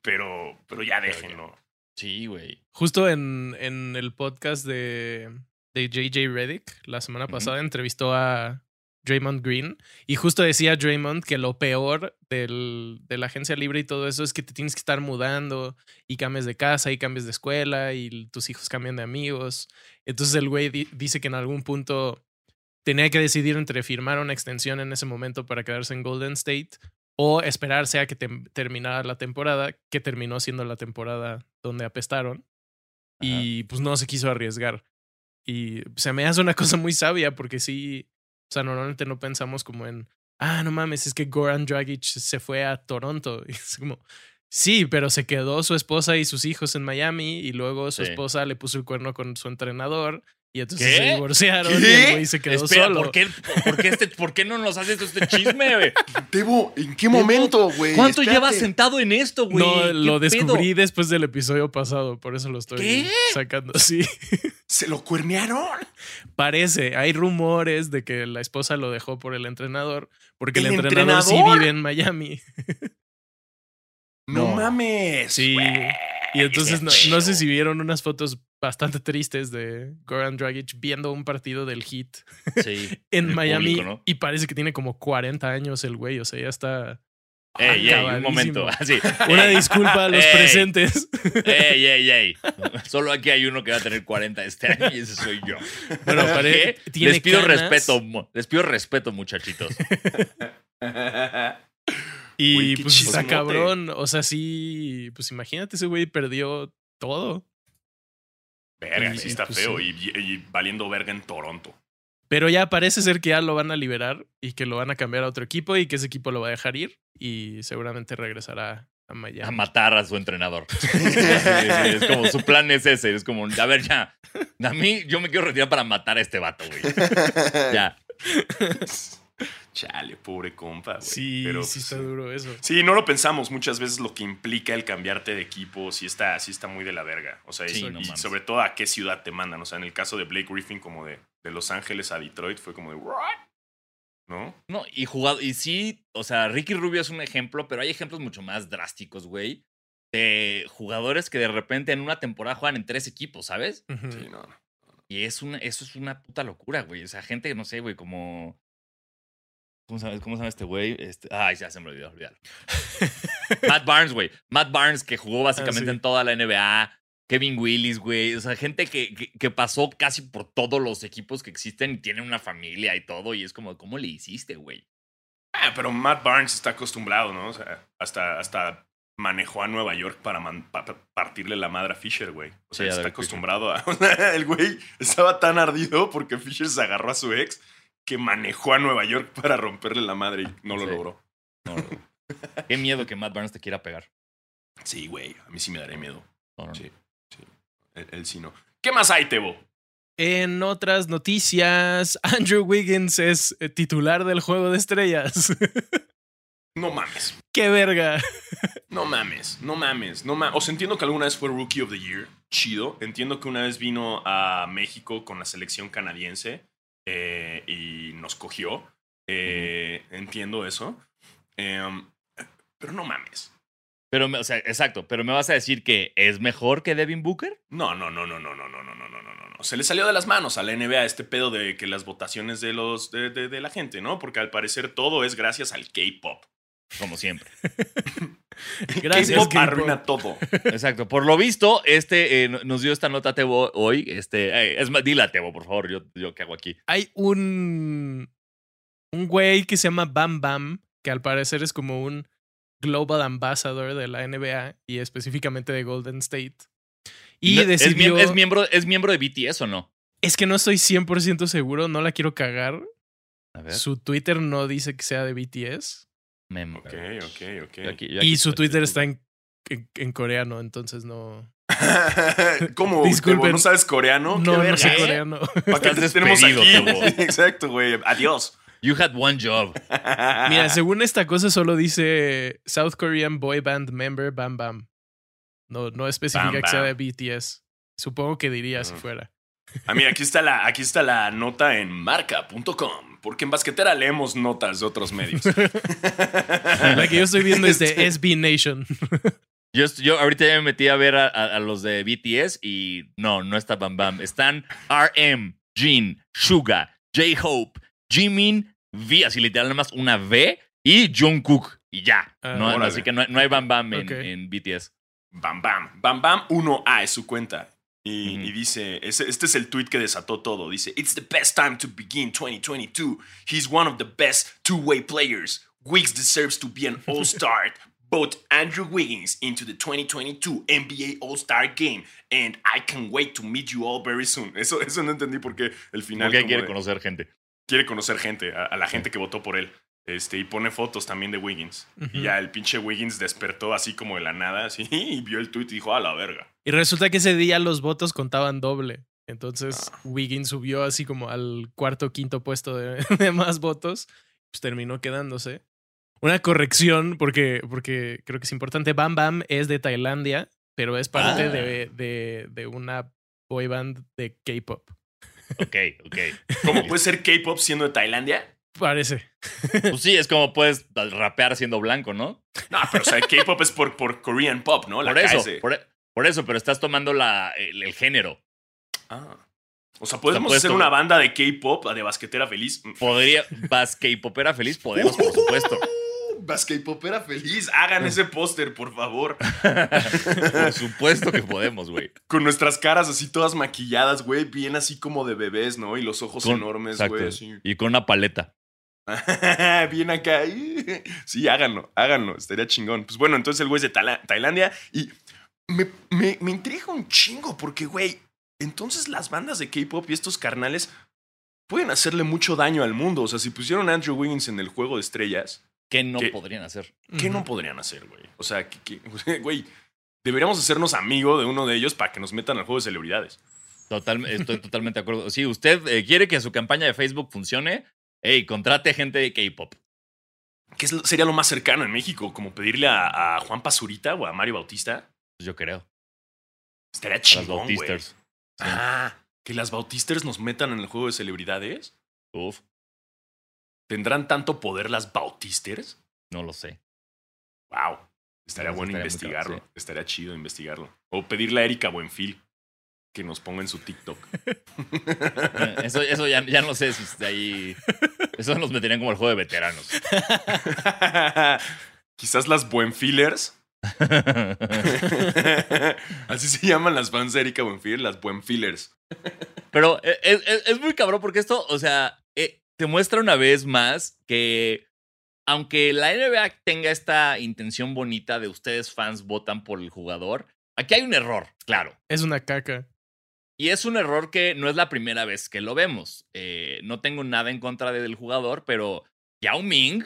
[SPEAKER 1] pero, pero ya déjenlo.
[SPEAKER 2] sí, güey.
[SPEAKER 3] Justo en, en el podcast de, de JJ Reddick, la semana
[SPEAKER 2] Ujú.
[SPEAKER 3] pasada entrevistó a Draymond Green y justo decía Draymond que lo peor del- de la agencia libre y todo eso es que te tienes que estar mudando y cambias de casa y cambias de escuela y tus hijos cambian de amigos. Entonces el güey di- dice que en algún punto tenía que decidir entre firmar una extensión en ese momento para quedarse en Golden State o esperarse a que tem- terminara la temporada, que terminó siendo la temporada donde apestaron y pues no se quiso arriesgar. Y se me hace una cosa muy sabia porque sí, o sea, normalmente no pensamos como en, ah, no mames, es que Goran Dragic se fue a Toronto. Y es como, sí, pero se quedó su esposa y sus hijos en Miami y luego su
[SPEAKER 2] Sí.
[SPEAKER 3] esposa le puso el cuerno con su entrenador y entonces
[SPEAKER 2] ¿Qué?
[SPEAKER 3] se divorciaron y
[SPEAKER 1] ¿Qué?
[SPEAKER 3] el güey se quedó
[SPEAKER 2] Espera,
[SPEAKER 3] solo.
[SPEAKER 2] ¿por qué, por, qué este, ¿por qué no nos haces este chisme, güey?
[SPEAKER 1] Tebo, ¿en qué
[SPEAKER 2] Tebo,
[SPEAKER 1] momento, güey?
[SPEAKER 2] ¿Cuánto
[SPEAKER 1] Espérate.
[SPEAKER 2] llevas sentado en esto, güey?
[SPEAKER 3] No,
[SPEAKER 2] ¿Qué pedo?
[SPEAKER 3] lo descubrí después del episodio pasado, por eso lo estoy
[SPEAKER 2] ¿Qué?
[SPEAKER 3] sacando. Sí,
[SPEAKER 1] ¿Se lo cuernearon?
[SPEAKER 3] parece, hay rumores de que la esposa lo dejó por el entrenador, porque el,
[SPEAKER 1] ¿El
[SPEAKER 3] entrenador, sí
[SPEAKER 1] entrenador?
[SPEAKER 3] vive en Miami.
[SPEAKER 1] No,
[SPEAKER 2] No.
[SPEAKER 1] mames.
[SPEAKER 3] Sí.
[SPEAKER 1] güey.
[SPEAKER 3] Y entonces no,
[SPEAKER 2] feo.
[SPEAKER 3] no sé si vieron unas fotos bastante tristes de Goran Dragic viendo un partido del Heat
[SPEAKER 2] Sí.
[SPEAKER 3] en
[SPEAKER 2] El
[SPEAKER 3] Miami
[SPEAKER 2] público, ¿no?
[SPEAKER 3] y parece que tiene como 40 años el güey, o sea, ya está.
[SPEAKER 2] Ey, ey, un
[SPEAKER 3] Acabadísimo.
[SPEAKER 2] momento. Así.
[SPEAKER 3] Ah, Una
[SPEAKER 2] Ey,
[SPEAKER 3] disculpa a los
[SPEAKER 2] Ey.
[SPEAKER 3] presentes.
[SPEAKER 2] ey, ey, ey. Solo aquí hay uno que va a tener 40 este año y ese soy yo.
[SPEAKER 3] Bueno,
[SPEAKER 2] ¿Qué?
[SPEAKER 3] pare- tiene
[SPEAKER 2] les pido
[SPEAKER 3] canas
[SPEAKER 2] respeto, mo- les pido respeto, muchachitos.
[SPEAKER 3] Y
[SPEAKER 1] Güey, qué
[SPEAKER 3] pues está
[SPEAKER 1] chismote.
[SPEAKER 3] cabrón. O sea, sí, pues imagínate, ese güey perdió todo.
[SPEAKER 1] Verga, sí
[SPEAKER 3] Sí,
[SPEAKER 1] está
[SPEAKER 3] pues
[SPEAKER 1] feo.
[SPEAKER 3] sí.
[SPEAKER 1] Y, y valiendo verga en Toronto.
[SPEAKER 3] Pero ya parece ser que ya lo van a liberar y que lo van a cambiar a otro equipo y que ese equipo lo va a dejar ir y seguramente regresará a
[SPEAKER 2] A
[SPEAKER 3] Miami.
[SPEAKER 2] matar a su entrenador. Sí, sí, sí, es como su plan es ese. Es como, a ver, ya. A mí, yo me quiero retirar para matar a este vato, güey. Ya.
[SPEAKER 1] Chale, pobre compa, güey.
[SPEAKER 3] Sí,
[SPEAKER 1] Pero,
[SPEAKER 3] sí
[SPEAKER 1] pues,
[SPEAKER 3] está duro eso.
[SPEAKER 1] Sí, no lo pensamos muchas veces lo que implica el cambiarte de equipo, sí está, sí está muy de la verga. O sea, y-
[SPEAKER 2] Sí,
[SPEAKER 1] y,
[SPEAKER 2] no mames.
[SPEAKER 1] sobre todo a qué ciudad te mandan. O sea, en el caso de Blake Griffin, como de, de Los Ángeles a Detroit, fue como de ¿What? ¿No?
[SPEAKER 2] No, y jugado, y sí, o sea, Ricky Rubio es un ejemplo, pero hay ejemplos mucho más drásticos, güey, de jugadores que de repente en una temporada juegan en tres equipos, ¿sabes?
[SPEAKER 3] Ujú.
[SPEAKER 1] Sí, no, no.
[SPEAKER 2] Y es una, eso es una puta locura, güey. O sea, gente, no sé, güey, como. ¿Cómo se, llama- cómo se llama este güey? Este, ay, ya se me olvidó, olvidar. Matt Barnes, güey. Matt Barnes, que jugó básicamente
[SPEAKER 3] sí.
[SPEAKER 2] en toda la NBA. Kevin Willis, güey. O sea, gente que, que, que pasó casi por todos los equipos que existen y tiene una familia y todo. Y es como, ¿cómo le hiciste, güey?
[SPEAKER 1] Ah, pero Matt Barnes está acostumbrado, ¿no? O sea, hasta, hasta manejó a Nueva York para, man- pa- pa- partirle la madre a Fisher, güey. O
[SPEAKER 2] Sí, a
[SPEAKER 1] sea, está
[SPEAKER 2] Derek Fisher.
[SPEAKER 1] acostumbrado a. o sea, el güey estaba tan ardido porque Fisher se agarró a su ex que manejó a Nueva York para romperle la madre y no lo
[SPEAKER 2] Sí.
[SPEAKER 1] logró.
[SPEAKER 2] No, no. Qué miedo que Matt Barnes te quiera pegar.
[SPEAKER 1] Sí, güey, a mí sí me daré miedo.
[SPEAKER 2] No, no, no.
[SPEAKER 1] Sí. El, el sí no. ¿Qué más hay, Tebo?
[SPEAKER 3] En otras noticias, Andrew Wiggins es eh, titular del Juego de Estrellas.
[SPEAKER 1] No mames.
[SPEAKER 3] ¡Qué verga!
[SPEAKER 1] No mames, no mames, no mames. Os entiendo que alguna vez fue Rookie of the Year, chido. Entiendo que una vez vino a México con la selección canadiense eh, y nos cogió. Eh, Entiendo eso. Em, pero no mames.
[SPEAKER 2] Pero, me- o sea, exacto. Pero me vas a decir que es mejor que Devin Booker.
[SPEAKER 1] No, no, no, no, no, no, no, no, no, no, no, no, no. Se le salió de las manos a la NBA este pedo de que las votaciones de los de, de- de la gente, ¿no? Porque al parecer todo es gracias al K-pop.
[SPEAKER 2] Como siempre.
[SPEAKER 3] Gracias,
[SPEAKER 1] K-pop
[SPEAKER 3] K-pop.
[SPEAKER 1] arruina todo.
[SPEAKER 2] Exacto. Por lo visto, este eh, no- nos dio esta nota Tebo hoy. Este, eh, es más, dila Tebo, por favor. Yo, yo qué hago aquí.
[SPEAKER 3] Hay un. Un güey que se llama Bam Bam, que al parecer es como un Global Ambassador de la NBA y específicamente de Golden State. Y
[SPEAKER 2] No, es mie-
[SPEAKER 3] decidió.
[SPEAKER 2] Es, miembro, es miembro de BTS o no?
[SPEAKER 3] Es que no estoy 100% seguro, no la quiero cagar.
[SPEAKER 2] A ver.
[SPEAKER 3] Su Twitter no dice que sea de BTS.
[SPEAKER 2] Mem-
[SPEAKER 1] Ok, ok, ok.
[SPEAKER 2] Yo aquí- yo aquí
[SPEAKER 3] Y su
[SPEAKER 2] estoy-
[SPEAKER 3] Twitter está en, en- en coreano, entonces no.
[SPEAKER 1] ¿Cómo?
[SPEAKER 3] Disculpen.
[SPEAKER 1] Tebo, ¿No sabes coreano?
[SPEAKER 3] No,
[SPEAKER 1] ¿Qué
[SPEAKER 3] no,
[SPEAKER 1] verga?
[SPEAKER 3] sé
[SPEAKER 2] ¿eh?
[SPEAKER 3] coreano.
[SPEAKER 1] ¿Para qué
[SPEAKER 2] Estás
[SPEAKER 1] te tenemos aquí?
[SPEAKER 2] despedido, Tebo.
[SPEAKER 1] Exacto, güey. Adiós.
[SPEAKER 2] You had one job.
[SPEAKER 1] Ah,
[SPEAKER 3] Mira, según esta cosa solo dice South Korean boy band member Bam Bam. No, no especifica
[SPEAKER 1] Bam
[SPEAKER 3] que sea de
[SPEAKER 1] Bam.
[SPEAKER 3] BTS. Supongo que diría si
[SPEAKER 1] Ujú.
[SPEAKER 3] fuera.
[SPEAKER 1] Ah, mira, aquí está la, aquí está la nota en marca.com, porque en basquetera leemos notas de otros medios.
[SPEAKER 3] La que yo estoy viendo es de SB Nation.
[SPEAKER 2] Yo, est- yo ahorita ya me metí a ver a, a- a los de BTS y no, no está Bam Bam. Están RM, Jin, Suga, J-Hope, Jimin, V, así literal nada más una V y Jungkook. Y ya.
[SPEAKER 3] Ah,
[SPEAKER 2] No, no,
[SPEAKER 1] órale.
[SPEAKER 2] así que no, hay- no hay Bam Bam en,
[SPEAKER 3] Ok.
[SPEAKER 2] en BTS.
[SPEAKER 1] Bam Bam. Bam Bam 1A es su cuenta. Y,
[SPEAKER 2] Ujú.
[SPEAKER 1] y dice, ese- este es el tweet que desató todo. Dice, It's the best time to begin 2022. He's one of the best two-way players. Wiggs deserves to be an all-star. Vote Andrew Wiggins into the 2022 NBA All-Star Game. And I can wait to meet you all very soon. Eso, eso no entendí porque el final
[SPEAKER 2] Porque
[SPEAKER 1] como
[SPEAKER 2] quiere
[SPEAKER 1] de-
[SPEAKER 2] conocer gente.
[SPEAKER 1] quiere conocer gente, a, a la gente que votó por él. Este, y pone fotos también de Wiggins.
[SPEAKER 3] Ujú.
[SPEAKER 1] Y ya el pinche Wiggins despertó así como de la nada, así, y vio el tweet y dijo, a la verga.
[SPEAKER 3] Y resulta que ese día los votos contaban doble. Entonces
[SPEAKER 1] Ah.
[SPEAKER 3] Wiggins subió así como al cuarto quinto puesto de, de más votos. Pues terminó quedándose. Una corrección, porque, porque creo que es importante. Bam Bam es de Tailandia, pero es parte
[SPEAKER 2] Ah.
[SPEAKER 3] de, de- de una boy band de K-pop.
[SPEAKER 2] Ok, ok.
[SPEAKER 1] ¿Cómo puede ser K-pop siendo de Tailandia?
[SPEAKER 3] Parece.
[SPEAKER 2] Pues sí, es como puedes rapear siendo blanco, ¿no?
[SPEAKER 1] No, pero o sea, K-pop es por, por Korean pop, ¿no? La
[SPEAKER 2] por eso,
[SPEAKER 1] KS.
[SPEAKER 2] por, e, por eso, pero estás tomando la, el, el género.
[SPEAKER 1] Ah. O sea, podemos
[SPEAKER 2] puedes
[SPEAKER 1] hacer
[SPEAKER 2] tomar-
[SPEAKER 1] una banda de K-pop, de basquetera feliz. Mm.
[SPEAKER 2] Podría, vas que popera feliz, podemos, por supuesto.
[SPEAKER 1] Basquetpopera feliz.
[SPEAKER 2] Mm.
[SPEAKER 1] Hagan ese póster, por favor.
[SPEAKER 2] Por supuesto que podemos, güey.
[SPEAKER 1] Con nuestras caras así todas maquilladas, güey. Bien así como de bebés, ¿no? Y los ojos
[SPEAKER 2] Con-
[SPEAKER 1] enormes,
[SPEAKER 2] exacto.
[SPEAKER 1] Pues, güey. así.
[SPEAKER 2] Y con una paleta.
[SPEAKER 1] Bien acá. Sí, háganlo, háganlo. Estaría chingón. Pues bueno, entonces el güey es de Tala- Tailandia y me, me- me intriga un chingo porque, güey, entonces las bandas de K-pop y estos carnales pueden hacerle mucho daño al mundo. O sea, si pusieron a Andrew Wiggins en el juego de estrellas,
[SPEAKER 2] ¿Qué no
[SPEAKER 1] ¿Qué?
[SPEAKER 2] podrían hacer?
[SPEAKER 1] ¿qué no podrían hacer, güey? O sea, que- que- güey, deberíamos hacernos amigo de uno de ellos para que nos metan al juego de celebridades.
[SPEAKER 2] Total, estoy totalmente de acuerdo. Si usted eh, quiere que su campaña de Facebook funcione, hey, contrate gente de K-pop.
[SPEAKER 1] ¿Qué es lo- sería lo más cercano en México? ¿Como pedirle a, a Juan Pazurita o a Mario Bautista?
[SPEAKER 2] pues Yo creo.
[SPEAKER 1] Estaría
[SPEAKER 2] a Las
[SPEAKER 1] chingón, güey.
[SPEAKER 2] Bautistas.
[SPEAKER 1] Ah, que las Bautisters nos metan en el juego de celebridades.
[SPEAKER 2] Uf,
[SPEAKER 1] ¿Tendrán tanto poder las Bautisters?
[SPEAKER 2] no lo sé.
[SPEAKER 1] Wow. Estaría
[SPEAKER 2] Sí, estaría
[SPEAKER 1] bueno
[SPEAKER 2] muy
[SPEAKER 1] investigarlo.
[SPEAKER 2] cabrón,
[SPEAKER 1] Estaría chido investigarlo. O pedirle a Erika Buenfil que nos ponga en su TikTok.
[SPEAKER 2] Eh, Eso, eso ya, ya no sé si está ahí. Eso nos meterían como el juego de veteranos.
[SPEAKER 1] Quizás las Buenfilers. Así se llaman las fans de Erika Buenfil, las Buenfilers.
[SPEAKER 2] Pero eh, es, es- es muy cabrón porque esto, o sea, eh, te muestra una vez más que aunque la NBA tenga esta intención bonita de ustedes fans votan por el jugador, aquí hay un error, claro.
[SPEAKER 3] Es una caca.
[SPEAKER 2] Y es un error que no es la primera vez que lo vemos. Eh, no tengo nada en contra de- del jugador, pero Yao Ming,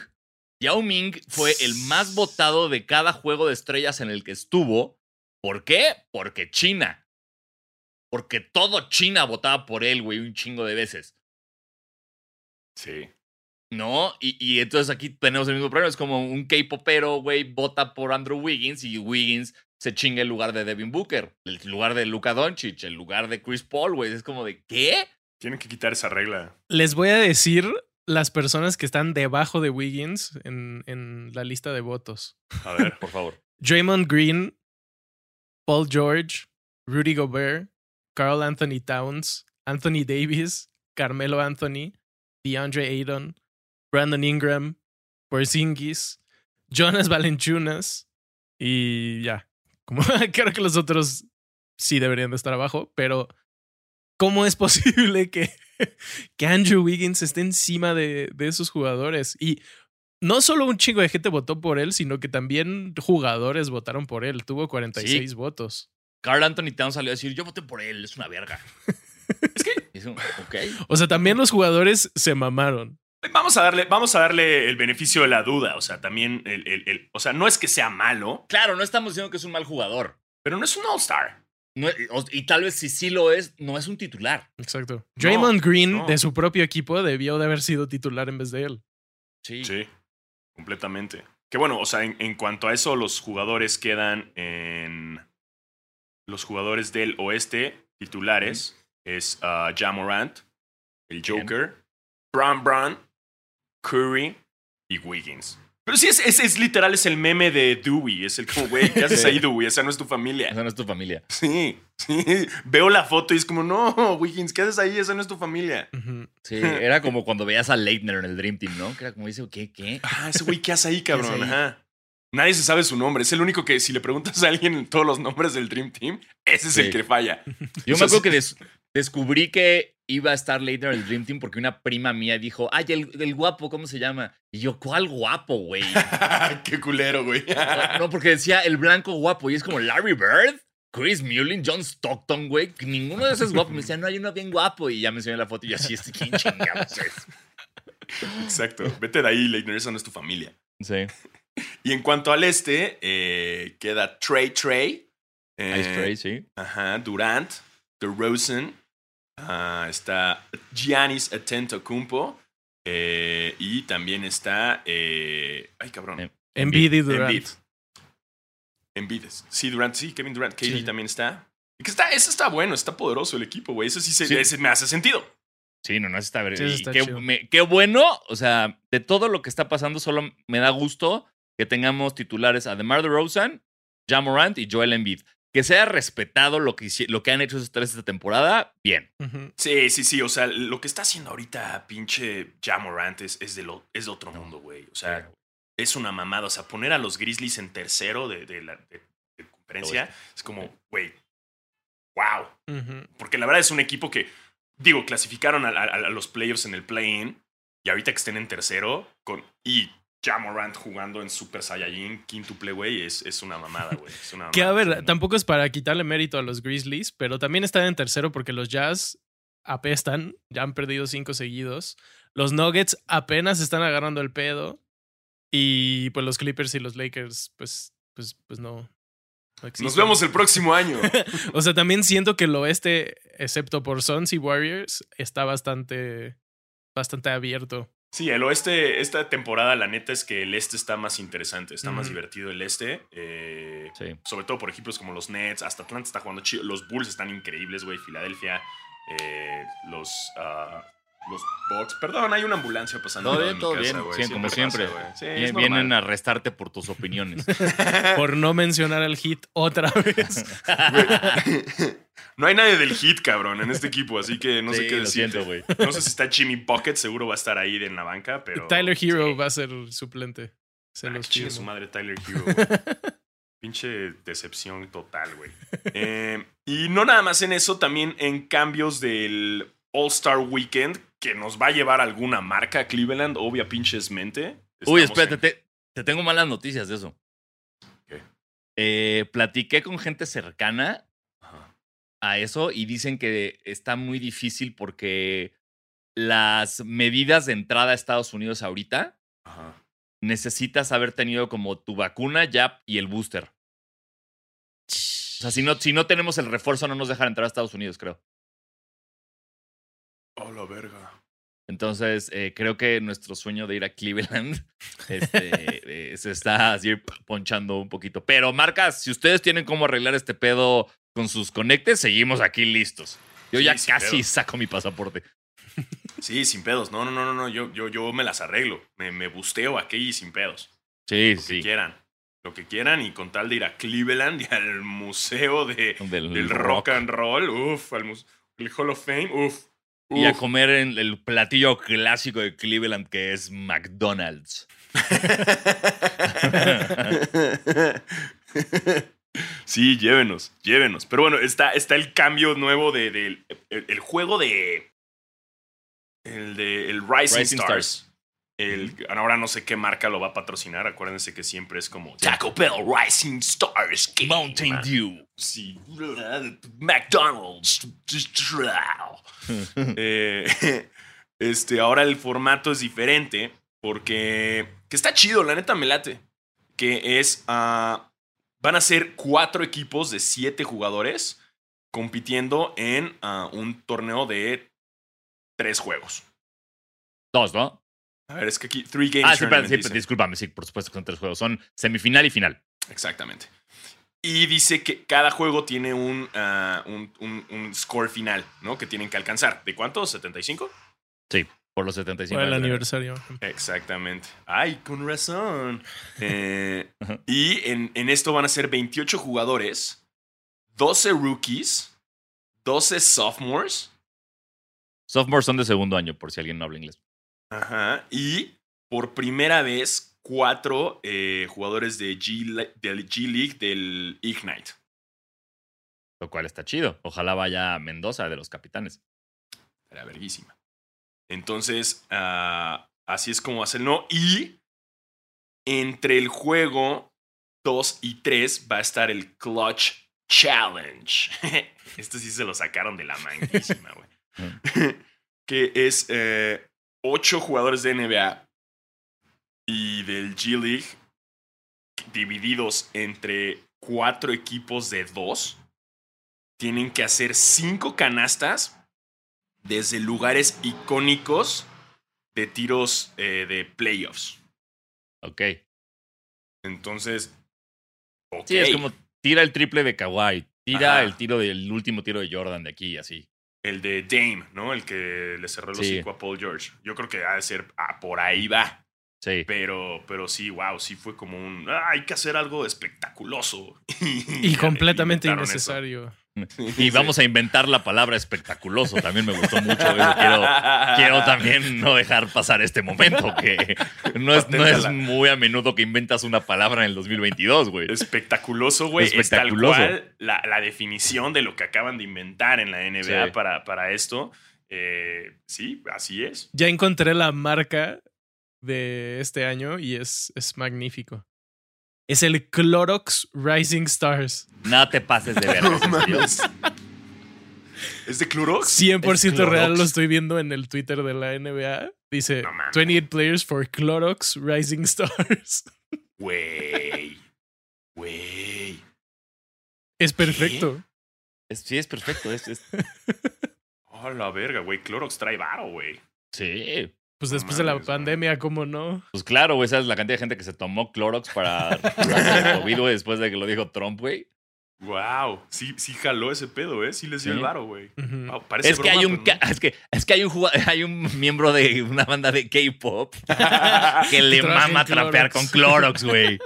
[SPEAKER 2] Yao Ming fue el más votado de cada juego de estrellas en el que estuvo. ¿Por qué? Porque China. Porque todo China votaba por él, güey, un chingo de veces.
[SPEAKER 1] Sí.
[SPEAKER 2] No, y, y entonces aquí tenemos el mismo problema. Es como un K-popero, güey, vota por Andrew Wiggins y Wiggins se chinga el lugar de Devin Booker, el lugar de Luka Doncic, el lugar de Chris Paul, güey. Es como de, ¿qué?
[SPEAKER 1] Tienen que quitar esa regla.
[SPEAKER 3] Les voy a decir las personas que están debajo de Wiggins en, en la lista de votos.
[SPEAKER 1] A ver.
[SPEAKER 2] Por favor.
[SPEAKER 3] Draymond Green, Paul George, Rudy Gobert, Carl Anthony Towns, Anthony Davis, Carmelo Anthony, DeAndre Ayton, Brandon Ingram, Porzingis, Jonas Valanciunas y ya. Como creo que los otros sí deberían de estar abajo, pero ¿cómo es posible que, que Andrew Wiggins esté encima de, de esos jugadores? Y no solo un chingo de gente votó por él, sino que también jugadores votaron por él. Tuvo 46 votos.
[SPEAKER 2] Carl Anthony Towns salió a decir, yo voté por él, es una verga. es que... ok.
[SPEAKER 3] O sea, también los jugadores se mamaron.
[SPEAKER 1] Vamos a darle, vamos a darle el beneficio de la duda. O sea, también el- el- el- o sea, no es que sea malo,
[SPEAKER 2] Claro, no estamos diciendo que es un mal jugador.
[SPEAKER 1] pero no es un All-Star.
[SPEAKER 2] No, y tal vez si sí lo es, no es un titular.
[SPEAKER 3] Exacto. Draymond Green,
[SPEAKER 1] no.
[SPEAKER 3] de su propio equipo, debió de haber sido titular en vez de él.
[SPEAKER 2] Sí.
[SPEAKER 1] Sí, completamente. Que bueno, o sea, en, en cuanto a eso, los jugadores quedan en. Los jugadores del oeste titulares es ah, Ja Morant, el
[SPEAKER 2] Bien.
[SPEAKER 1] Joker, Bron Bron, Curry y Wiggins. Pero sí, es, es, es literal, es el meme de Dewey. Es el como, güey, ¿qué haces
[SPEAKER 2] Sí.
[SPEAKER 1] ahí, Dewey? Esa no es tu familia.
[SPEAKER 2] Esa no es tu familia.
[SPEAKER 1] Sí, sí. Veo la foto y es como, no, Wiggins, ¿qué haces ahí? Esa no es tu familia.
[SPEAKER 3] Ujú.
[SPEAKER 2] Sí, era como cuando veías a Leitner en el Dream Team, ¿no? Que era como dice, ¿qué? ¿Qué?
[SPEAKER 1] Ah, ese güey, ¿qué hace ahí,
[SPEAKER 2] hace
[SPEAKER 1] cabrón?
[SPEAKER 2] ahí?
[SPEAKER 1] Ajá. Nadie se sabe su nombre. Es el único que, si le preguntas a alguien todos los nombres del Dream Team, ese es
[SPEAKER 2] Sí.
[SPEAKER 1] el que falla.
[SPEAKER 2] Yo
[SPEAKER 1] O
[SPEAKER 2] me
[SPEAKER 1] sea,
[SPEAKER 2] acuerdo que des- descubrí que iba a estar Leitner en el Dream Team porque una prima mía dijo, ay, el, el guapo, ¿cómo se llama? Y yo, ¿cuál guapo, güey?
[SPEAKER 1] Qué culero, güey.
[SPEAKER 2] No, porque decía el blanco guapo y es como Larry Bird, Chris Mullin, John Stockton, güey. que Ninguno de esos es guapo. Me decía, no, hay uno bien guapo. Y ya me enseñó la foto y yo así, este quién chingados es.
[SPEAKER 1] Exacto. Vete de ahí, Leitner, esa no es tu familia.
[SPEAKER 2] Sí.
[SPEAKER 1] Eh. Y en cuanto al este, eh, queda Trey Trey. eh,
[SPEAKER 2] Ice Tray, sí.
[SPEAKER 1] Ajá, Durant, DeRozan, ah, está Giannis Atentocumpo eh, y también está... eh, ay, cabrón.
[SPEAKER 2] Em-
[SPEAKER 3] Embiid y Durant.
[SPEAKER 1] Embiid. Embiid. Sí, Durant, sí, Kevin Durant. KD
[SPEAKER 3] Sí.
[SPEAKER 1] también está. Y Que está. Ese está bueno, está poderoso el equipo, güey. Ese sí, se-
[SPEAKER 2] Sí.
[SPEAKER 1] ese me hace sentido.
[SPEAKER 2] Sí, no, no, eso está ver-
[SPEAKER 3] Sí, eso
[SPEAKER 2] y
[SPEAKER 3] está
[SPEAKER 2] qué,
[SPEAKER 3] chido.
[SPEAKER 2] me- qué bueno, o sea, de todo lo que está pasando, solo me da gusto que tengamos titulares a DeMar DeRozan, Ja Morant y Joel Embiid. Que sea respetado lo que, hici- lo que han hecho esos tres esta temporada, bien.
[SPEAKER 3] Ujú.
[SPEAKER 1] Sí, sí, sí. O sea, lo que está haciendo ahorita pinche Jamorant es, es de, lo, es de otro mundo, güey. O sea, es una mamada. O sea, poner a los Grizzlies en tercero de, de la de- de conferencia es como, güey, wow.
[SPEAKER 3] Ujú.
[SPEAKER 1] Porque la verdad es un equipo que, digo, clasificaron a, a- a los playoffs en el play-in y ahorita que estén en tercero con, y Jamorant jugando en Super Saiyajin, quintuple, güey, es, es una mamada, güey. Es una
[SPEAKER 3] Que a
[SPEAKER 1] mamada.
[SPEAKER 3] ver, tampoco es para quitarle mérito a los Grizzlies, pero también están en tercero porque los Jazz apestan, ya han perdido cinco seguidos. Los Nuggets apenas están agarrando el pedo. Y pues los Clippers y los Lakers, pues, pues, pues no. no
[SPEAKER 1] Nos
[SPEAKER 3] existen.
[SPEAKER 1] vemos el próximo año.
[SPEAKER 3] O sea, también siento que el oeste, excepto por Suns y Warriors, está bastante, bastante abierto.
[SPEAKER 1] Sí, el oeste, esta temporada, la neta es que el este está más interesante, está más
[SPEAKER 3] Ujú.
[SPEAKER 1] divertido el este. eh,
[SPEAKER 2] Sí.
[SPEAKER 1] sobre todo por equipos como los Nets, hasta Atlanta está jugando chido, los Bulls están increíbles, güey, Filadelfia, eh, los, ah, los Bucks. Perdón, hay una ambulancia pasando.
[SPEAKER 2] Todo
[SPEAKER 1] al lado de
[SPEAKER 2] bien,
[SPEAKER 1] mi
[SPEAKER 2] todo bien,
[SPEAKER 1] casa, güey,
[SPEAKER 2] sí, como siempre.
[SPEAKER 1] pasa, güey. Sí,
[SPEAKER 2] Bien-
[SPEAKER 1] es
[SPEAKER 2] vienen
[SPEAKER 1] normal.
[SPEAKER 2] a arrestarte por tus opiniones.
[SPEAKER 1] Ah.
[SPEAKER 3] Por no mencionar al hit otra vez.
[SPEAKER 1] No hay nadie del hit, cabrón, en este equipo, así que no sé
[SPEAKER 2] Sí,
[SPEAKER 1] qué
[SPEAKER 2] lo siento,
[SPEAKER 1] decirte.
[SPEAKER 2] güey.
[SPEAKER 1] No sé si está Jimmy Bucket, seguro va a estar ahí en la banca, pero...
[SPEAKER 3] Tyler Hero
[SPEAKER 1] Sí.
[SPEAKER 3] va a ser suplente. Se
[SPEAKER 1] Ah,
[SPEAKER 3] los
[SPEAKER 1] chingue su
[SPEAKER 3] firmo.
[SPEAKER 1] madre Tyler Hero. güey. Pinche decepción total, güey. Eh, y no nada más en eso, también en cambios del All-Star Weekend, que nos va a llevar a alguna marca a Cleveland, obvia pinches mente.
[SPEAKER 2] Uy,
[SPEAKER 1] Estamos
[SPEAKER 2] espérate,
[SPEAKER 1] en-
[SPEAKER 2] te, te tengo malas noticias de eso.
[SPEAKER 1] ¿Qué?
[SPEAKER 2] Eh, platiqué con gente cercana
[SPEAKER 1] Ajá.
[SPEAKER 2] a eso y dicen que está muy difícil porque las medidas de entrada a Estados Unidos ahorita
[SPEAKER 1] Ajá.
[SPEAKER 2] necesitas haber tenido como tu vacuna, ya y el booster. O sea, si no, si no tenemos el refuerzo, no nos dejan entrar a Estados Unidos, creo.
[SPEAKER 1] Oh, la verga.
[SPEAKER 2] Entonces, eh, creo que nuestro sueño de ir a Cleveland este, eh, se está así ponchando un poquito. Pero, marcas, si ustedes tienen cómo arreglar este pedo con sus conectes, seguimos aquí listos. Yo
[SPEAKER 1] Sí,
[SPEAKER 2] ya
[SPEAKER 1] sin
[SPEAKER 2] casi
[SPEAKER 1] pedo.
[SPEAKER 2] saco mi pasaporte.
[SPEAKER 1] Sí, sin pedos. No, no, no, no, no. Yo, yo, yo me las arreglo. Me, me busteo aquí sin pedos.
[SPEAKER 2] Sí,
[SPEAKER 1] Lo que
[SPEAKER 2] sí.
[SPEAKER 1] quieran. Lo que quieran y con tal de ir a Cleveland y al museo de,
[SPEAKER 2] Del,
[SPEAKER 1] del rock and roll, uff, al mus- el Hall of Fame, uff.
[SPEAKER 2] Y a comer en el platillo clásico de Cleveland que es McDonald's.
[SPEAKER 1] sí, llévenos, llévenos. Pero bueno, está, está el cambio nuevo de- del el, el juego de. El de el Rising,
[SPEAKER 2] Rising
[SPEAKER 1] Stars.
[SPEAKER 2] Stars.
[SPEAKER 1] El, ahora no sé qué marca lo va a patrocinar. Acuérdense que siempre es como Taco Bell Rising Stars Game".
[SPEAKER 2] Mountain Dew.
[SPEAKER 1] Sí. McDonald's. Eh, este, ahora el formato es diferente porque que está chido, la neta me late. Que es, ah, van a ser cuatro equipos de siete jugadores compitiendo en ah, un torneo de tres juegos.
[SPEAKER 2] Dos, ¿no?
[SPEAKER 1] A ver, es que aquí, three games.
[SPEAKER 2] Ah, sí, perdón,
[SPEAKER 1] tournament
[SPEAKER 2] sí,
[SPEAKER 1] dice.
[SPEAKER 2] discúlpame, sí, por supuesto que son tres juegos. Son semifinal y final.
[SPEAKER 1] Exactamente. Y dice que cada juego tiene un, ah, un, un- un score final, ¿no? Que tienen que alcanzar. ¿De cuánto? ¿75?
[SPEAKER 2] Por los 75.
[SPEAKER 3] Por el
[SPEAKER 2] años de-
[SPEAKER 3] aniversario.
[SPEAKER 1] Exactamente. Ay, con razón. Eh, y en, en esto van a ser 28 jugadores, 12 rookies, 12 sophomores,
[SPEAKER 2] Sophomores son de segundo año, por si alguien no habla inglés.
[SPEAKER 1] ajá, y por primera vez cuatro eh, jugadores de G, Li- del G League del Ignite.
[SPEAKER 2] Lo cual está chido. Ojalá vaya a Mendoza de los capitanes.
[SPEAKER 1] Era verguísima. Entonces, ah, así es como hace el no. Y entre el juego 2 y 3 va a estar el Clutch Challenge. Esto sí se lo sacaron de la manguísima, güey. que es eh, ocho jugadores de NBA y del G League divididos entre cuatro equipos de dos. Tienen que hacer cinco canastas desde lugares icónicos de tiros eh, de playoffs.
[SPEAKER 2] Ok.
[SPEAKER 1] Entonces, ok.
[SPEAKER 2] Sí, es como tira el triple de Kawhi, tira
[SPEAKER 1] Ajá.
[SPEAKER 2] el tiro del último tiro de Jordan de aquí y así.
[SPEAKER 1] el de Dame, ¿no? El que le cerró los
[SPEAKER 2] Sí.
[SPEAKER 1] cinco a Paul George. Yo creo que ha de ser ah, por ahí va.
[SPEAKER 2] Sí.
[SPEAKER 1] Pero, pero sí, wow, sí fue como un. "Ah, hay que hacer algo espectaculoso.
[SPEAKER 3] Y completamente
[SPEAKER 1] inventaron eso.
[SPEAKER 3] innecesario.
[SPEAKER 2] Y vamos a inventar la palabra espectaculoso. También me gustó mucho eso. Quiero, quiero también no dejar pasar este momento, que no es, no es
[SPEAKER 1] Paténtala.
[SPEAKER 2] muy a menudo que inventas una palabra en el 2022, güey.
[SPEAKER 1] Espectaculoso, güey. Es tal
[SPEAKER 2] Espectaculoso.
[SPEAKER 1] cual la, la definición de lo que acaban de inventar en la NBA
[SPEAKER 2] Sí.
[SPEAKER 1] para, para esto. Eh, sí, así es.
[SPEAKER 3] Ya encontré la marca de este año y es, es magnífico. Es el Clorox Rising Stars.
[SPEAKER 2] No te pases de ver.
[SPEAKER 1] ¿Es de Clorox?
[SPEAKER 3] 100%
[SPEAKER 2] Es
[SPEAKER 3] real,
[SPEAKER 2] Clorox.
[SPEAKER 3] lo estoy viendo en el Twitter de la NBA. Dice
[SPEAKER 1] No mames.
[SPEAKER 3] 28 players for Clorox Rising Stars.
[SPEAKER 1] Güey. Güey.
[SPEAKER 3] Es perfecto.
[SPEAKER 2] sí, es perfecto. es- es-
[SPEAKER 1] Oh, la verga, güey. Clorox trae varo, güey.
[SPEAKER 2] sí.
[SPEAKER 3] Pues
[SPEAKER 1] No
[SPEAKER 3] después de la
[SPEAKER 1] mames, güey.
[SPEAKER 3] pandemia, ¿cómo no?
[SPEAKER 2] Pues claro, güey, sabes la cantidad de gente que se tomó Clorox para curarse de COVID, güey, después de que lo dijo Trump, güey.
[SPEAKER 1] Wow. Sí, sí jaló ese pedo, ¿eh? Sí les dio
[SPEAKER 2] Sí.
[SPEAKER 1] el varo, güey.
[SPEAKER 3] Ujú.
[SPEAKER 1] Wow, parece
[SPEAKER 2] Es que,
[SPEAKER 1] broma,
[SPEAKER 2] hay
[SPEAKER 1] pues,
[SPEAKER 2] un,
[SPEAKER 1] pero
[SPEAKER 2] ca- es, que, es que hay un jugado- hay un miembro de una banda de K-pop
[SPEAKER 1] no.
[SPEAKER 2] que le
[SPEAKER 3] Traje
[SPEAKER 2] mama
[SPEAKER 3] Clorox.
[SPEAKER 2] trapear con Clorox, güey.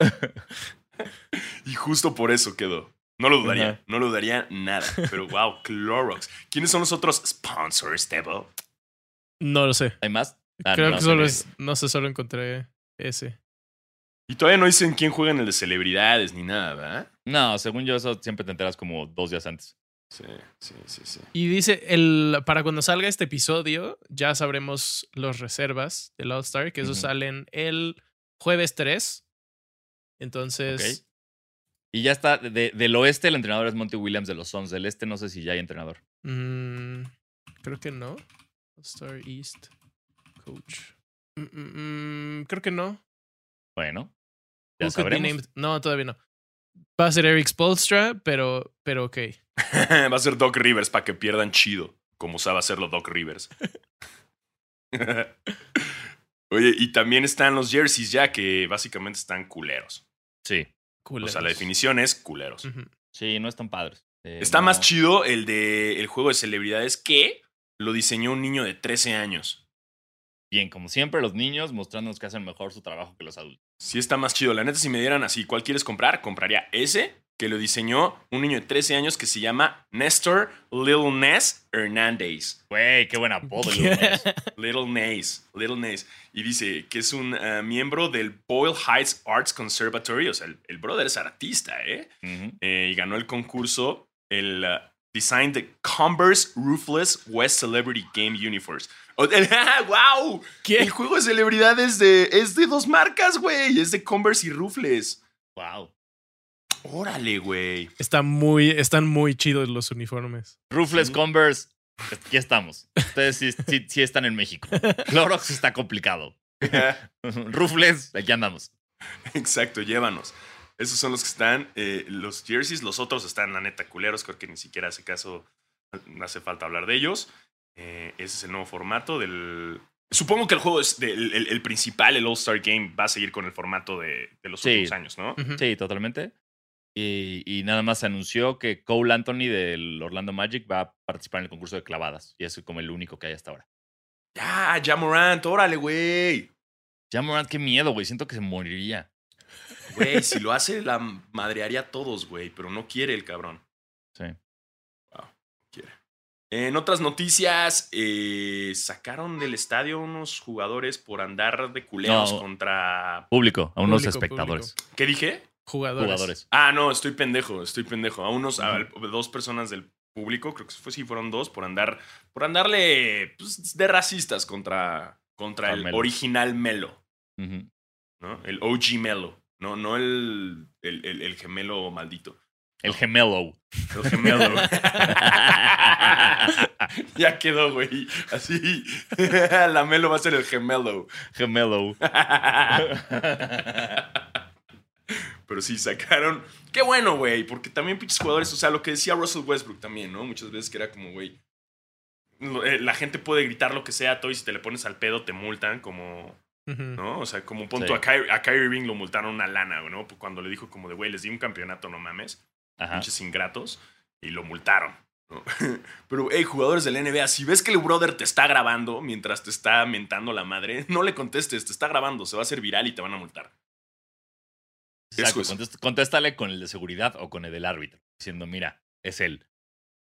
[SPEAKER 1] Y justo por eso quedó. No lo dudaría,
[SPEAKER 2] Ajá.
[SPEAKER 1] no lo dudaría nada. Pero wow, Clorox. ¿Quiénes son los otros sponsors, Devo?
[SPEAKER 3] No lo sé.
[SPEAKER 2] ¿Hay más? Ah,
[SPEAKER 3] Creo
[SPEAKER 2] no,
[SPEAKER 3] que
[SPEAKER 2] se
[SPEAKER 3] solo
[SPEAKER 2] me-
[SPEAKER 3] es, no sé, solo encontré ese.
[SPEAKER 1] Y todavía no dicen quién juega en el de celebridades ni nada, ¿verdad?
[SPEAKER 2] No, según yo, eso siempre te enteras como dos días antes.
[SPEAKER 1] Sí, sí, sí, sí.
[SPEAKER 3] Y dice, el, para cuando salga este episodio, ya sabremos los reservas del All Star, que esos
[SPEAKER 2] Ujú.
[SPEAKER 3] salen el jueves 3. Entonces,
[SPEAKER 2] Y ya está. De- del oeste, el entrenador es Monty Williams de los Suns. Del este, no sé si ya hay entrenador.
[SPEAKER 3] mm, creo que no. All Star East Coach. Mm, mm, mm, creo que no.
[SPEAKER 2] Bueno, ya
[SPEAKER 3] Who could be
[SPEAKER 2] sabremos.
[SPEAKER 3] named? No, todavía no. Va a ser Eric Spolstra, pero, pero ok.
[SPEAKER 1] Va a ser Doc Rivers para que pierdan chido, como sabe hacerlo Doc Rivers. Oye, y también están los jerseys ya que básicamente están culeros.
[SPEAKER 2] Sí.
[SPEAKER 1] O
[SPEAKER 2] Pues
[SPEAKER 3] Culeros.
[SPEAKER 1] sea, la definición es culeros.
[SPEAKER 3] Ujú.
[SPEAKER 2] Sí, no están padres. Eh,
[SPEAKER 1] Está
[SPEAKER 2] no.
[SPEAKER 1] más chido el de el juego de celebridades que lo diseñó un niño de 13 años.
[SPEAKER 2] Bien, como siempre, los niños mostrándonos que hacen mejor su trabajo que los adultos.
[SPEAKER 1] Sí está más chido. La neta, si me dieran así, ¿cuál quieres comprar? Compraría ese que lo diseñó un niño de 13 años que se llama Néstor Little Ness Hernández.
[SPEAKER 2] Güey, qué buen apodo. Lil Nas.
[SPEAKER 1] Little Nays, Little Nays. Y dice que es un eh, miembro del Boyle Heights Arts Conservatory. O sea, el, el brother es artista, ¿eh?
[SPEAKER 2] Ujú.
[SPEAKER 1] Eh, Y ganó el concurso, el eh, Design the Converse Roofless West Celebrity Game Uniforms. ¡Wow! El
[SPEAKER 3] ¿Qué?
[SPEAKER 1] juego de celebridades de, es de dos marcas, güey. Es de Converse y Roofless.
[SPEAKER 2] Wow.
[SPEAKER 1] Órale, güey.
[SPEAKER 3] Está muy, están muy chidos los uniformes.
[SPEAKER 2] Ruthless
[SPEAKER 1] Sí.
[SPEAKER 2] Converse. Aquí estamos. Ustedes sí, sí- sí están en México. Clorox
[SPEAKER 1] Eh,
[SPEAKER 2] está complicado. Ruthless, aquí andamos.
[SPEAKER 1] Exacto, llévanos. Esos son los que están. eh, los jerseys, los otros están, la neta, culeros. Creo que ni siquiera hace caso, no hace falta hablar de ellos. Eh, ese es el nuevo formato del. Supongo que el juego es del- el, el principal, el All-Star Game, va a seguir con el formato de, de los
[SPEAKER 2] Sí.
[SPEAKER 1] últimos años, ¿no?
[SPEAKER 3] Ujú.
[SPEAKER 2] Sí, totalmente. Y, y nada más se anunció que Cole Anthony del Orlando Magic va a participar en el concurso de clavadas. Y es como el único que hay hasta ahora.
[SPEAKER 1] Ya, ya Morant, órale, güey.
[SPEAKER 2] Ya Morant, qué miedo, güey. Siento que se moriría.
[SPEAKER 1] Güey, si lo hace, la madrearía a todos, güey, pero no quiere el cabrón.
[SPEAKER 2] Sí.
[SPEAKER 1] En otras noticias, eh, sacaron del estadio unos jugadores por andar de culeros
[SPEAKER 2] No.
[SPEAKER 1] contra.
[SPEAKER 2] Público, a unos
[SPEAKER 3] Público,
[SPEAKER 2] espectadores.
[SPEAKER 1] ¿Qué dije?
[SPEAKER 3] Jugadores.
[SPEAKER 2] Jugadores.
[SPEAKER 1] Ah, no, estoy pendejo, estoy pendejo. A unos, a
[SPEAKER 2] Ujú.
[SPEAKER 1] dos personas del público, creo que fue, sí fueron dos, por andar, por andarle pues, de racistas contra, contra
[SPEAKER 2] Contra
[SPEAKER 1] el
[SPEAKER 2] Melo.
[SPEAKER 1] original Melo,
[SPEAKER 2] Ujú.
[SPEAKER 1] ¿no? El OG Melo, no, no el, el, el- el gemelo maldito.
[SPEAKER 2] El gemelo.
[SPEAKER 1] El gemelo. ya quedó, güey. Así, la Melo va a ser el gemelo.
[SPEAKER 2] gemelo.
[SPEAKER 1] Pero sí, sacaron. Qué bueno, güey. Porque también pinches jugadores. O sea, lo que decía Russell Westbrook también, ¿no? Muchas veces que era como, güey. lo- eh, La gente puede gritar lo que sea, todo, y si te le pones al pedo, te multan, como.
[SPEAKER 3] Ujú.
[SPEAKER 1] ¿No? O sea, como punto
[SPEAKER 2] Sí.
[SPEAKER 1] a, Kyrie, a Kyrie Irving lo multaron una lana, ¿no? Cuando le dijo como de, güey, les di un campeonato, no mames.
[SPEAKER 2] Ajá.
[SPEAKER 1] Pinches ingratos. Y lo multaron. ¿no? Pero, hey, jugadores del NBA, si ves que el brother te está grabando mientras te está mentando la madre, no le contestes, te está grabando, se va a hacer viral y te van a multar.
[SPEAKER 2] Exacto.
[SPEAKER 1] Eso es.
[SPEAKER 2] contest- Contéstale con el de seguridad o con el del árbitro. Diciendo, mira, es él.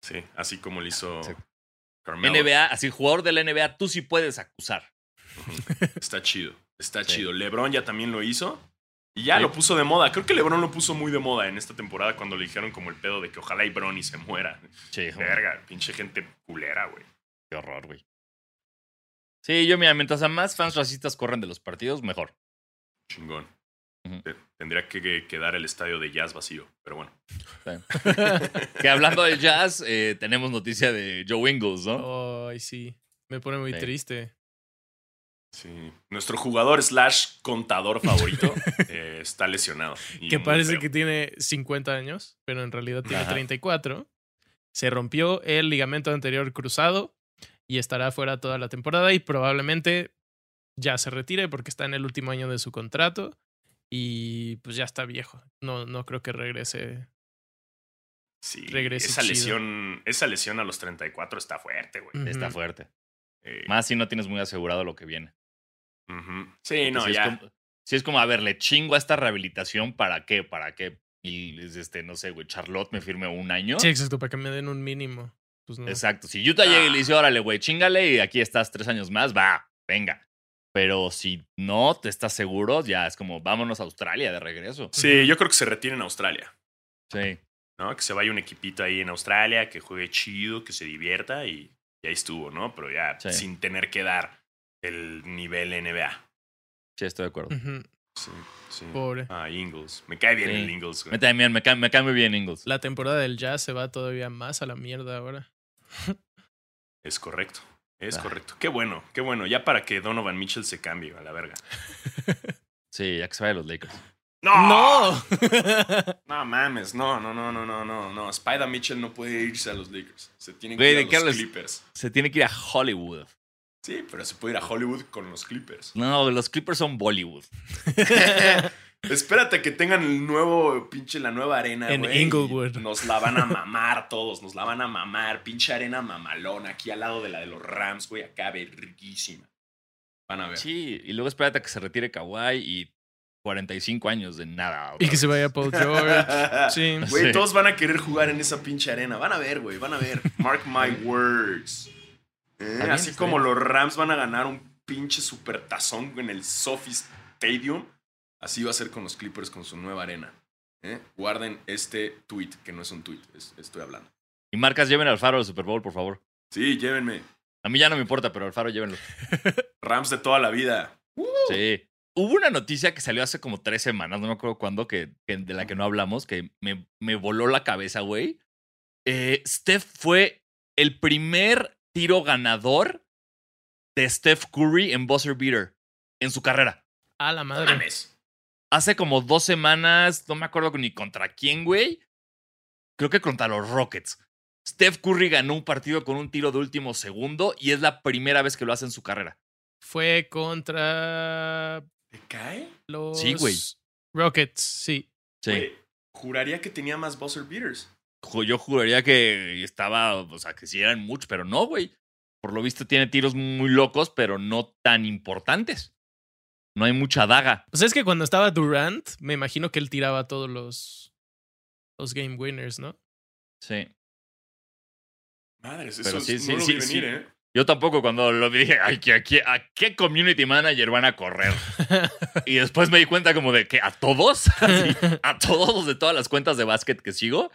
[SPEAKER 1] Sí, así como le hizo
[SPEAKER 2] Sí.
[SPEAKER 1] Carmelo.
[SPEAKER 2] NBA, así jugador de la NBA, tú sí puedes acusar.
[SPEAKER 1] Está chido, está
[SPEAKER 2] Sí.
[SPEAKER 1] chido. LeBron ya también lo hizo y ya
[SPEAKER 2] Sí.
[SPEAKER 1] lo puso de moda. Creo que LeBron lo puso muy de moda en esta temporada cuando le dijeron como el pedo de que ojalá y Bronny se muera.
[SPEAKER 2] Che, hijo,
[SPEAKER 1] Verga, pinche gente culera, güey.
[SPEAKER 2] qué horror, güey. Sí, yo mira, mientras a más fans racistas corren de los partidos, mejor.
[SPEAKER 1] Chingón.
[SPEAKER 2] Ujú.
[SPEAKER 1] Te- Tendría que- que quedar el estadio de jazz vacío, pero bueno.
[SPEAKER 2] que hablando de jazz, eh, tenemos noticia de Joe Ingles, ¿no?
[SPEAKER 3] Ay, sí. Me pone muy
[SPEAKER 2] Sí.
[SPEAKER 3] triste.
[SPEAKER 1] Sí. Nuestro jugador slash contador favorito eh, está lesionado. y
[SPEAKER 3] que
[SPEAKER 1] muy
[SPEAKER 3] parece
[SPEAKER 1] feo.
[SPEAKER 3] que tiene 50 años, pero en realidad tiene
[SPEAKER 2] Ajá.
[SPEAKER 3] 34. Se rompió el ligamento anterior cruzado y estará fuera toda la temporada y probablemente ya se retire porque está en el último año de su contrato y pues ya está viejo. No, no creo que regrese.
[SPEAKER 1] Sí,
[SPEAKER 3] regrese
[SPEAKER 1] esa
[SPEAKER 3] chido. Mm.
[SPEAKER 1] lesión, esa lesión a los 34 está fuerte, güey.
[SPEAKER 3] Ujú.
[SPEAKER 2] Está fuerte.
[SPEAKER 1] Eh,
[SPEAKER 2] Más si no tienes muy asegurado lo que viene.
[SPEAKER 1] ujú. Sí, no,
[SPEAKER 2] si
[SPEAKER 1] ya.
[SPEAKER 2] Es como, sí es como, a ver, le chingo a esta rehabilitación, ¿para qué? ¿Para qué? Y es este, no sé, güey, Charlotte me firme un año.
[SPEAKER 3] Sí, exacto, para que me den un mínimo. Pues no.
[SPEAKER 2] Exacto. Si Utah llega y le dice, órale, güey, chingale y aquí estás tres años más, va, venga. Pero si no te estás seguro, ya es como, vámonos a Australia de regreso.
[SPEAKER 1] Sí, yo creo que se retira en Australia,
[SPEAKER 2] Sí.
[SPEAKER 1] ¿no? Que se vaya un equipito ahí en Australia, que juegue chido, que se divierta y, y ahí estuvo, ¿no? Pero ya
[SPEAKER 2] Sí.
[SPEAKER 1] sin tener que dar el nivel NBA.
[SPEAKER 2] Sí, estoy de acuerdo.
[SPEAKER 3] Ujú,
[SPEAKER 1] Sí, sí.
[SPEAKER 3] Pobre.
[SPEAKER 1] Ah, Ingles. Me cae bien
[SPEAKER 2] Sí.
[SPEAKER 1] el Ingles,
[SPEAKER 2] Me
[SPEAKER 1] güey.
[SPEAKER 2] también, me cae, me cae muy bien Ingles.
[SPEAKER 3] La temporada del jazz se va todavía más a la mierda ahora.
[SPEAKER 1] Es correcto. Es
[SPEAKER 2] Ah.
[SPEAKER 1] correcto. Qué bueno, qué bueno. Ya para que Donovan Mitchell se cambie a la verga.
[SPEAKER 2] Sí, ya que se vaya a los Lakers. ¡Ah!
[SPEAKER 3] ¡No!
[SPEAKER 1] No mames, no, no, no, no, no, no, no. Spider Mitchell no puede irse a los Lakers. Se tiene que
[SPEAKER 2] Güey,
[SPEAKER 1] ir a
[SPEAKER 2] ¿de qué
[SPEAKER 1] los
[SPEAKER 2] hablas?
[SPEAKER 1] Clippers.
[SPEAKER 2] Se tiene que ir a Hollywood.
[SPEAKER 1] Sí, pero se puede ir a Hollywood con los Clippers.
[SPEAKER 2] No, los Clippers son Bollywood.
[SPEAKER 1] Espérate que tengan el nuevo, pinche, la nueva arena.
[SPEAKER 3] En
[SPEAKER 1] güey, y
[SPEAKER 3] Inglewood.
[SPEAKER 1] Nos la van a mamar todos, nos la van a mamar. Pinche arena mamalona aquí al lado de la de los Rams, güey, acá verguísima. Van a ver.
[SPEAKER 2] Sí, y luego espérate a que se retire Kawhi y 45 años de nada. otra
[SPEAKER 3] y que se
[SPEAKER 2] vez.
[SPEAKER 3] vaya Paul George. Sí.
[SPEAKER 1] Güey,
[SPEAKER 2] Sí.
[SPEAKER 1] todos van a querer jugar en esa pinche arena. Van a ver, güey, van a ver. Mark my words. Eh,
[SPEAKER 2] bien,
[SPEAKER 1] así
[SPEAKER 2] está
[SPEAKER 1] como
[SPEAKER 2] bien.
[SPEAKER 1] los Rams van a ganar un pinche supertazón en el Sophie Stadium, así va a ser con los Clippers con su nueva arena. Eh, Guarden este tweet, que no es un tweet, es- estoy hablando.
[SPEAKER 2] Y marcas, lleven al Faro al Super Bowl, por favor.
[SPEAKER 1] Sí, llévenme.
[SPEAKER 2] A mí ya no me importa, pero al Faro llévenlo.
[SPEAKER 1] Rams de toda la vida.
[SPEAKER 2] Sí. Hubo una noticia que salió hace como tres semanas, no me acuerdo cuándo, que, que- de la que no hablamos, que me, me voló la cabeza, güey. Eh, Steph fue el primer tiro ganador de Steph Curry en buzzer beater en su carrera.
[SPEAKER 3] A la madre.
[SPEAKER 1] Mames.
[SPEAKER 2] hace como dos semanas, no me acuerdo ni contra quién, güey. Creo que contra los Rockets. Steph Curry ganó un partido con un tiro de último segundo y es la primera vez que lo hace en su carrera.
[SPEAKER 3] Fue contra
[SPEAKER 1] ¿Te cae?
[SPEAKER 3] los
[SPEAKER 2] Sí, güey.
[SPEAKER 3] Rockets, sí.
[SPEAKER 1] Güey, juraría que tenía más buzzer beaters.
[SPEAKER 2] Ju- Yo juraría que estaba, o sea, que sí eran muchos, pero no, güey. Por lo visto tiene tiros muy locos, pero no tan importantes. No hay mucha daga.
[SPEAKER 3] Pues es que cuando estaba Durant, me imagino que él tiraba todos los, los game winners, ¿no?
[SPEAKER 2] Sí.
[SPEAKER 1] Madres,
[SPEAKER 2] Pero
[SPEAKER 1] eso
[SPEAKER 2] sí,
[SPEAKER 1] es-
[SPEAKER 2] sí,
[SPEAKER 1] no lo
[SPEAKER 2] sí,
[SPEAKER 1] vi
[SPEAKER 2] sí.
[SPEAKER 1] venir, ¿eh?
[SPEAKER 2] Yo tampoco cuando lo vi dije, "Ay, ¿qué- a, qué, ¿a qué community manager van a correr? y después me di cuenta como de que a todos, Así, a todos los de todas las cuentas de básquet que sigo.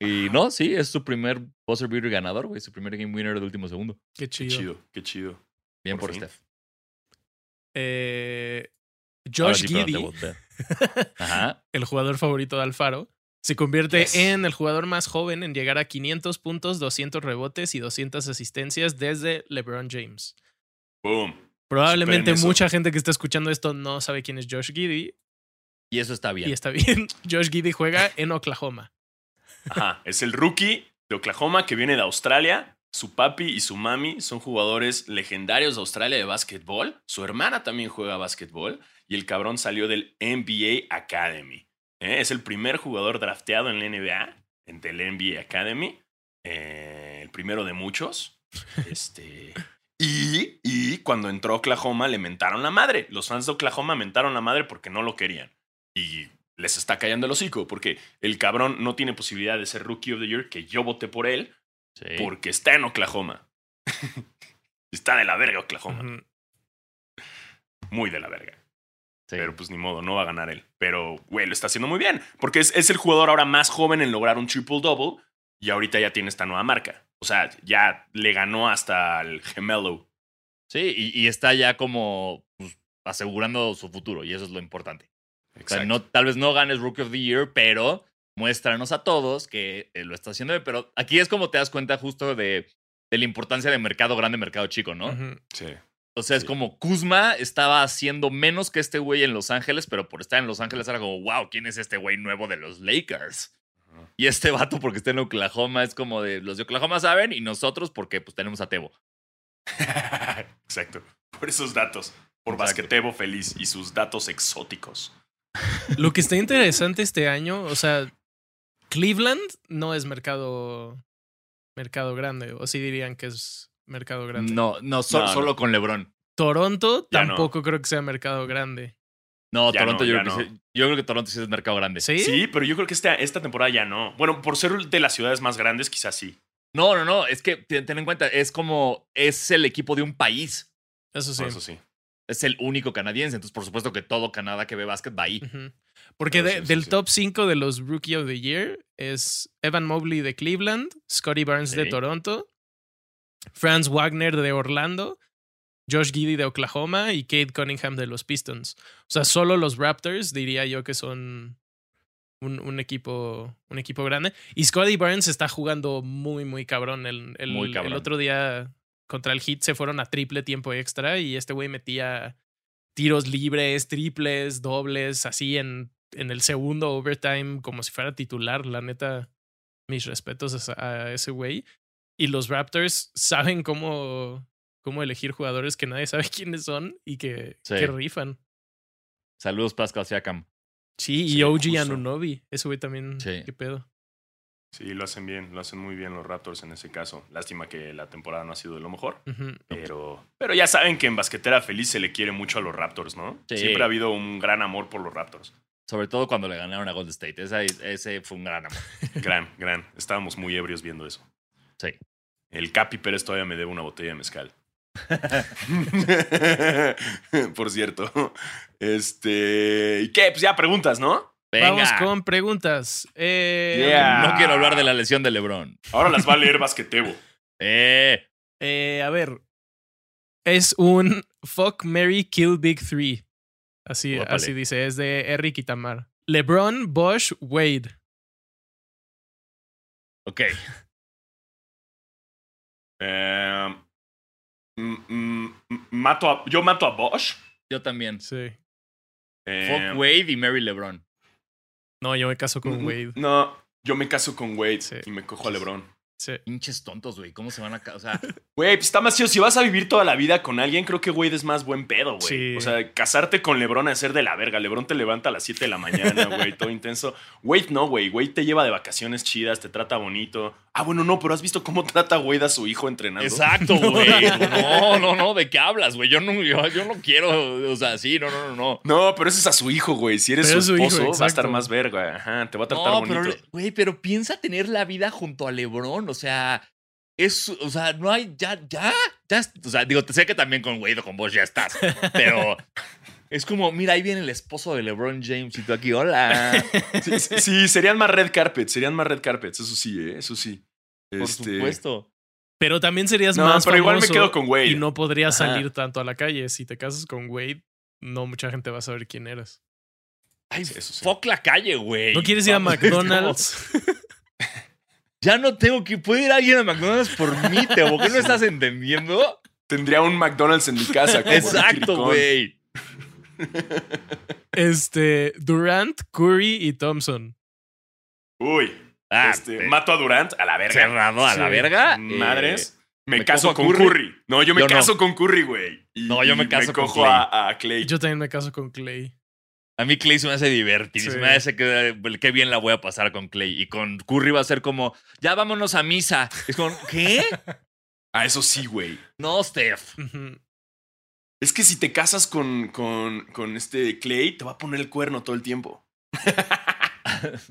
[SPEAKER 2] Y no, sí, es su primer buzzer beater ganador, güey, su primer game winner de último segundo.
[SPEAKER 3] Qué
[SPEAKER 1] Qué
[SPEAKER 3] chido.
[SPEAKER 1] chido, qué chido.
[SPEAKER 2] Bien por,
[SPEAKER 1] Por fin.
[SPEAKER 2] Steph.
[SPEAKER 3] Eh,
[SPEAKER 2] Ahora
[SPEAKER 3] Josh
[SPEAKER 2] sí, perdón, te
[SPEAKER 3] Giddey,
[SPEAKER 2] volteo. Ajá.
[SPEAKER 3] el jugador favorito de Alfaro, se convierte
[SPEAKER 1] Yes.
[SPEAKER 3] en el jugador más joven en llegar a 500 puntos, 200 rebotes y 200 asistencias desde LeBron James.
[SPEAKER 1] Boom.
[SPEAKER 3] Probablemente
[SPEAKER 1] Superen eso.
[SPEAKER 3] mucha gente que está escuchando esto no sabe quién es Josh Giddey
[SPEAKER 2] Y eso está bien.
[SPEAKER 3] y está bien. Josh Giddey juega en Oklahoma.
[SPEAKER 1] Ajá, es el rookie de Oklahoma que viene de Australia. Su papi y su mami son jugadores legendarios de Australia de básquetbol. Su hermana también juega básquetbol. Y el cabrón salió del NBA Academy. ¿eh? Es el primer jugador drafteado en la NBA, en- del NBA Academy. eh, el primero de muchos. Este. Y, y cuando entró a Oklahoma le mentaron la madre. Los fans de Oklahoma mentaron la madre porque no lo querían. Y les está callando el hocico porque el cabrón no tiene posibilidad de ser Rookie of the Year, que yo voté por él,
[SPEAKER 2] Sí.
[SPEAKER 1] porque está en Oklahoma. está de la verga Oklahoma.
[SPEAKER 3] Ujú.
[SPEAKER 1] Muy de la verga.
[SPEAKER 2] Sí.
[SPEAKER 1] Pero pues ni modo, no va a ganar él. Pero, güey, lo está haciendo muy bien. Porque es, es el jugador ahora más joven en lograr un triple-double y ahorita ya tiene esta nueva marca. O sea, ya le ganó hasta el gemelo.
[SPEAKER 2] Sí, y, y está ya como pues, asegurando su futuro, y eso es lo importante. O sea, no, tal vez no ganes Rookie of the Year, pero muéstranos a todos que eh, lo está haciendo. bien. Pero aquí es como te das cuenta justo de, de la importancia de mercado grande, mercado chico, ¿no?
[SPEAKER 3] Ujú.
[SPEAKER 1] Sí.
[SPEAKER 2] O sea, es
[SPEAKER 1] Sí.
[SPEAKER 2] como Kuzma estaba haciendo menos que este güey en Los Ángeles, pero por estar en Los Ángeles era como, wow, ¿quién es este güey nuevo de los Lakers?
[SPEAKER 1] Ajá.
[SPEAKER 2] Y este vato porque está en Oklahoma es como de, los de Oklahoma saben y nosotros porque pues tenemos a Tebo.
[SPEAKER 1] Exacto. Por esos datos. Por
[SPEAKER 2] Exacto.
[SPEAKER 1] Basquetebo Feliz y sus datos exóticos.
[SPEAKER 3] Lo que está interesante este año, o sea, Cleveland no es mercado mercado grande, o sí dirían que es mercado grande.
[SPEAKER 2] No, no, so-
[SPEAKER 1] No, no.
[SPEAKER 2] solo con LeBron.
[SPEAKER 3] Toronto
[SPEAKER 1] Ya no.
[SPEAKER 3] tampoco creo que sea mercado grande.
[SPEAKER 2] No,
[SPEAKER 1] Ya
[SPEAKER 2] Toronto
[SPEAKER 1] no,
[SPEAKER 2] yo,
[SPEAKER 1] ya
[SPEAKER 2] creo que
[SPEAKER 1] no.
[SPEAKER 2] sí- yo creo que Toronto sí es mercado grande.
[SPEAKER 3] ¿Sí?
[SPEAKER 1] Sí, pero yo creo que esta, esta temporada ya no. Bueno, por ser de las ciudades más grandes, quizás sí.
[SPEAKER 2] No, no, no, es que ten, ten en cuenta, es como, es el equipo de un país.
[SPEAKER 3] Eso sí.
[SPEAKER 1] Por Eso sí.
[SPEAKER 2] Es el único canadiense, entonces por supuesto que todo Canadá que ve básquet va ahí.
[SPEAKER 3] Ujú. Porque
[SPEAKER 1] Eso
[SPEAKER 3] de-
[SPEAKER 1] sí, sí,
[SPEAKER 3] del
[SPEAKER 1] sí.
[SPEAKER 3] top 5 de los Rookie of the Year es Evan Mobley de Cleveland, Scotty Barnes de
[SPEAKER 2] Sí.
[SPEAKER 3] Toronto, Franz Wagner de Orlando, Josh Giddy de Oklahoma y Kate Cunningham de los Pistons. O sea, solo los Raptors diría yo que son un, un equipo, un equipo grande. Y Scotty Barnes está jugando muy, muy cabrón. El, el-
[SPEAKER 2] Muy cabrón.
[SPEAKER 3] el otro día contra el Heat se fueron a triple tiempo extra y este güey metía tiros libres, triples, dobles, así en, en el segundo overtime, como si fuera titular. La neta, mis respetos a esa- a ese güey. Y los Raptors saben cómo, cómo elegir jugadores que nadie sabe quiénes son y que,
[SPEAKER 2] Sí.
[SPEAKER 3] que rifan.
[SPEAKER 2] Saludos Pascal Siakam.
[SPEAKER 3] Sí, y
[SPEAKER 1] Sí,
[SPEAKER 3] OG
[SPEAKER 1] justo.
[SPEAKER 3] Anunobi. Ese güey también.
[SPEAKER 2] Sí.
[SPEAKER 3] ¿Qué pedo?
[SPEAKER 1] Sí, lo hacen bien, lo hacen muy bien los Raptors en ese caso. Lástima que la temporada no ha sido de lo mejor,
[SPEAKER 3] Ujú.
[SPEAKER 1] pero, pero ya saben que en Basquetera Feliz se le quiere mucho a los Raptors, ¿no?
[SPEAKER 2] Sí.
[SPEAKER 1] Siempre ha habido un gran amor por los Raptors.
[SPEAKER 2] Sobre todo cuando le ganaron a Golden State. Esa- ese fue un gran amor.
[SPEAKER 1] Gran, gran. Estábamos muy ebrios viendo eso.
[SPEAKER 2] Sí.
[SPEAKER 1] El Capi Pérez todavía me debe una botella de mezcal. por cierto. Este. ¿Y qué? Pues ya preguntas, ¿no?
[SPEAKER 2] Venga.
[SPEAKER 3] Vamos con preguntas. Eh,
[SPEAKER 1] Yeah.
[SPEAKER 2] No quiero hablar de la lesión de LeBron.
[SPEAKER 1] Ahora las va a leer Basquetebo.
[SPEAKER 2] Eh,
[SPEAKER 3] eh, a ver. Es un Fuck Mary Kill Big Three. Así,
[SPEAKER 2] Órale.
[SPEAKER 3] así dice. Es de Eric Itamar. LeBron, Bosch, Wade.
[SPEAKER 2] ok.
[SPEAKER 1] Eh, mm, mm, mato a- yo mato a Bosch.
[SPEAKER 2] Yo también.
[SPEAKER 3] Sí.
[SPEAKER 1] Eh,
[SPEAKER 2] Fuck Wade y Mary LeBron.
[SPEAKER 3] No, yo me caso con Wade.
[SPEAKER 1] No, yo me caso con Wade
[SPEAKER 3] Sí.
[SPEAKER 1] y me cojo a LeBron.
[SPEAKER 3] Sí.
[SPEAKER 2] Pinches tontos, güey. ¿Cómo se van a.? ca- O sea,
[SPEAKER 1] Güey, pues está más chido. Si vas a vivir toda la vida con alguien, creo que Wade es más buen pedo, güey.
[SPEAKER 3] Sí.
[SPEAKER 1] O sea, casarte con LeBron a ser de la verga. LeBron te levanta a las 7 de la mañana, güey, todo intenso. Wade no, güey. Wade te lleva de vacaciones chidas, te trata bonito. Ah, bueno, no, pero has visto cómo trata Wade a su hijo entrenando.
[SPEAKER 2] exacto, güey. No, no, no. ¿De qué hablas, güey? Yo no, yo, yo no quiero. O sea, sí, no, no, no, no.
[SPEAKER 1] No, pero ese es a su hijo, güey. Si eres
[SPEAKER 3] Pero es
[SPEAKER 1] su
[SPEAKER 3] su hijo,
[SPEAKER 1] esposo, va a estar
[SPEAKER 3] exacto.
[SPEAKER 1] más verga. Ajá, te va a tratar
[SPEAKER 2] No,
[SPEAKER 1] bonito.
[SPEAKER 2] pero, le- güey, pero piensa tener la vida junto a LeBron. O sea, es. O sea, no hay. Ya, ya. ya es- o sea, digo, sé que también con Wade o con vos ya estás. Pero. Es como, mira, ahí viene el esposo de LeBron James y tú aquí, hola.
[SPEAKER 1] Sí, sí, sí, serían más red carpets, serían más red carpets. Eso sí, ¿eh? eso sí.
[SPEAKER 2] Por
[SPEAKER 1] Este,
[SPEAKER 2] supuesto.
[SPEAKER 3] Pero también serías
[SPEAKER 1] No,
[SPEAKER 3] más
[SPEAKER 1] pero igual me
[SPEAKER 3] famoso
[SPEAKER 1] quedo con Wade.
[SPEAKER 3] y no podrías
[SPEAKER 1] Ajá.
[SPEAKER 3] salir tanto a la calle. Si te casas con Wade, no mucha gente va a saber quién eres.
[SPEAKER 2] Ay,
[SPEAKER 1] Sí, eso sí.
[SPEAKER 2] fuck la calle, güey.
[SPEAKER 3] ¿No quieres ir a
[SPEAKER 2] Vamos, es como,
[SPEAKER 3] McDonald's?
[SPEAKER 2] Ya no tengo que. ¿Puede ir alguien a McDonald's por mí, te ¿Por qué no estás entendiendo?
[SPEAKER 1] Tendría un McDonald's en mi casa. como
[SPEAKER 2] Exacto,
[SPEAKER 1] Kirikón.
[SPEAKER 2] güey.
[SPEAKER 3] Este, Durant, Curry y Thompson.
[SPEAKER 1] Uy.
[SPEAKER 2] Ah,
[SPEAKER 1] Este,
[SPEAKER 2] pe-
[SPEAKER 1] mato a Durant a la verga.
[SPEAKER 2] cerrado a la
[SPEAKER 3] Sí.
[SPEAKER 2] verga. Eh,
[SPEAKER 1] Madres. me,
[SPEAKER 2] me
[SPEAKER 1] caso
[SPEAKER 2] cojo a
[SPEAKER 1] con Curry.
[SPEAKER 2] Curry.
[SPEAKER 1] No, yo me
[SPEAKER 2] Yo no.
[SPEAKER 1] caso con Curry, güey. Y-
[SPEAKER 2] No, yo me
[SPEAKER 1] y
[SPEAKER 2] caso con
[SPEAKER 1] cojo
[SPEAKER 2] Clay.
[SPEAKER 1] A, a Clay.
[SPEAKER 3] Yo también me caso con Clay.
[SPEAKER 2] a mí Clay se me hace divertido. Se
[SPEAKER 3] Sí.
[SPEAKER 2] me hace que eh, qué bien la voy a pasar con Clay. Y con Curry va a ser como, ya vámonos a misa. Es como, ¿qué?
[SPEAKER 1] Ah, eso sí, güey.
[SPEAKER 2] No, Steph.
[SPEAKER 3] Ujú.
[SPEAKER 1] Es que si te casas con, con, con este Clay, te va a poner el cuerno todo el tiempo.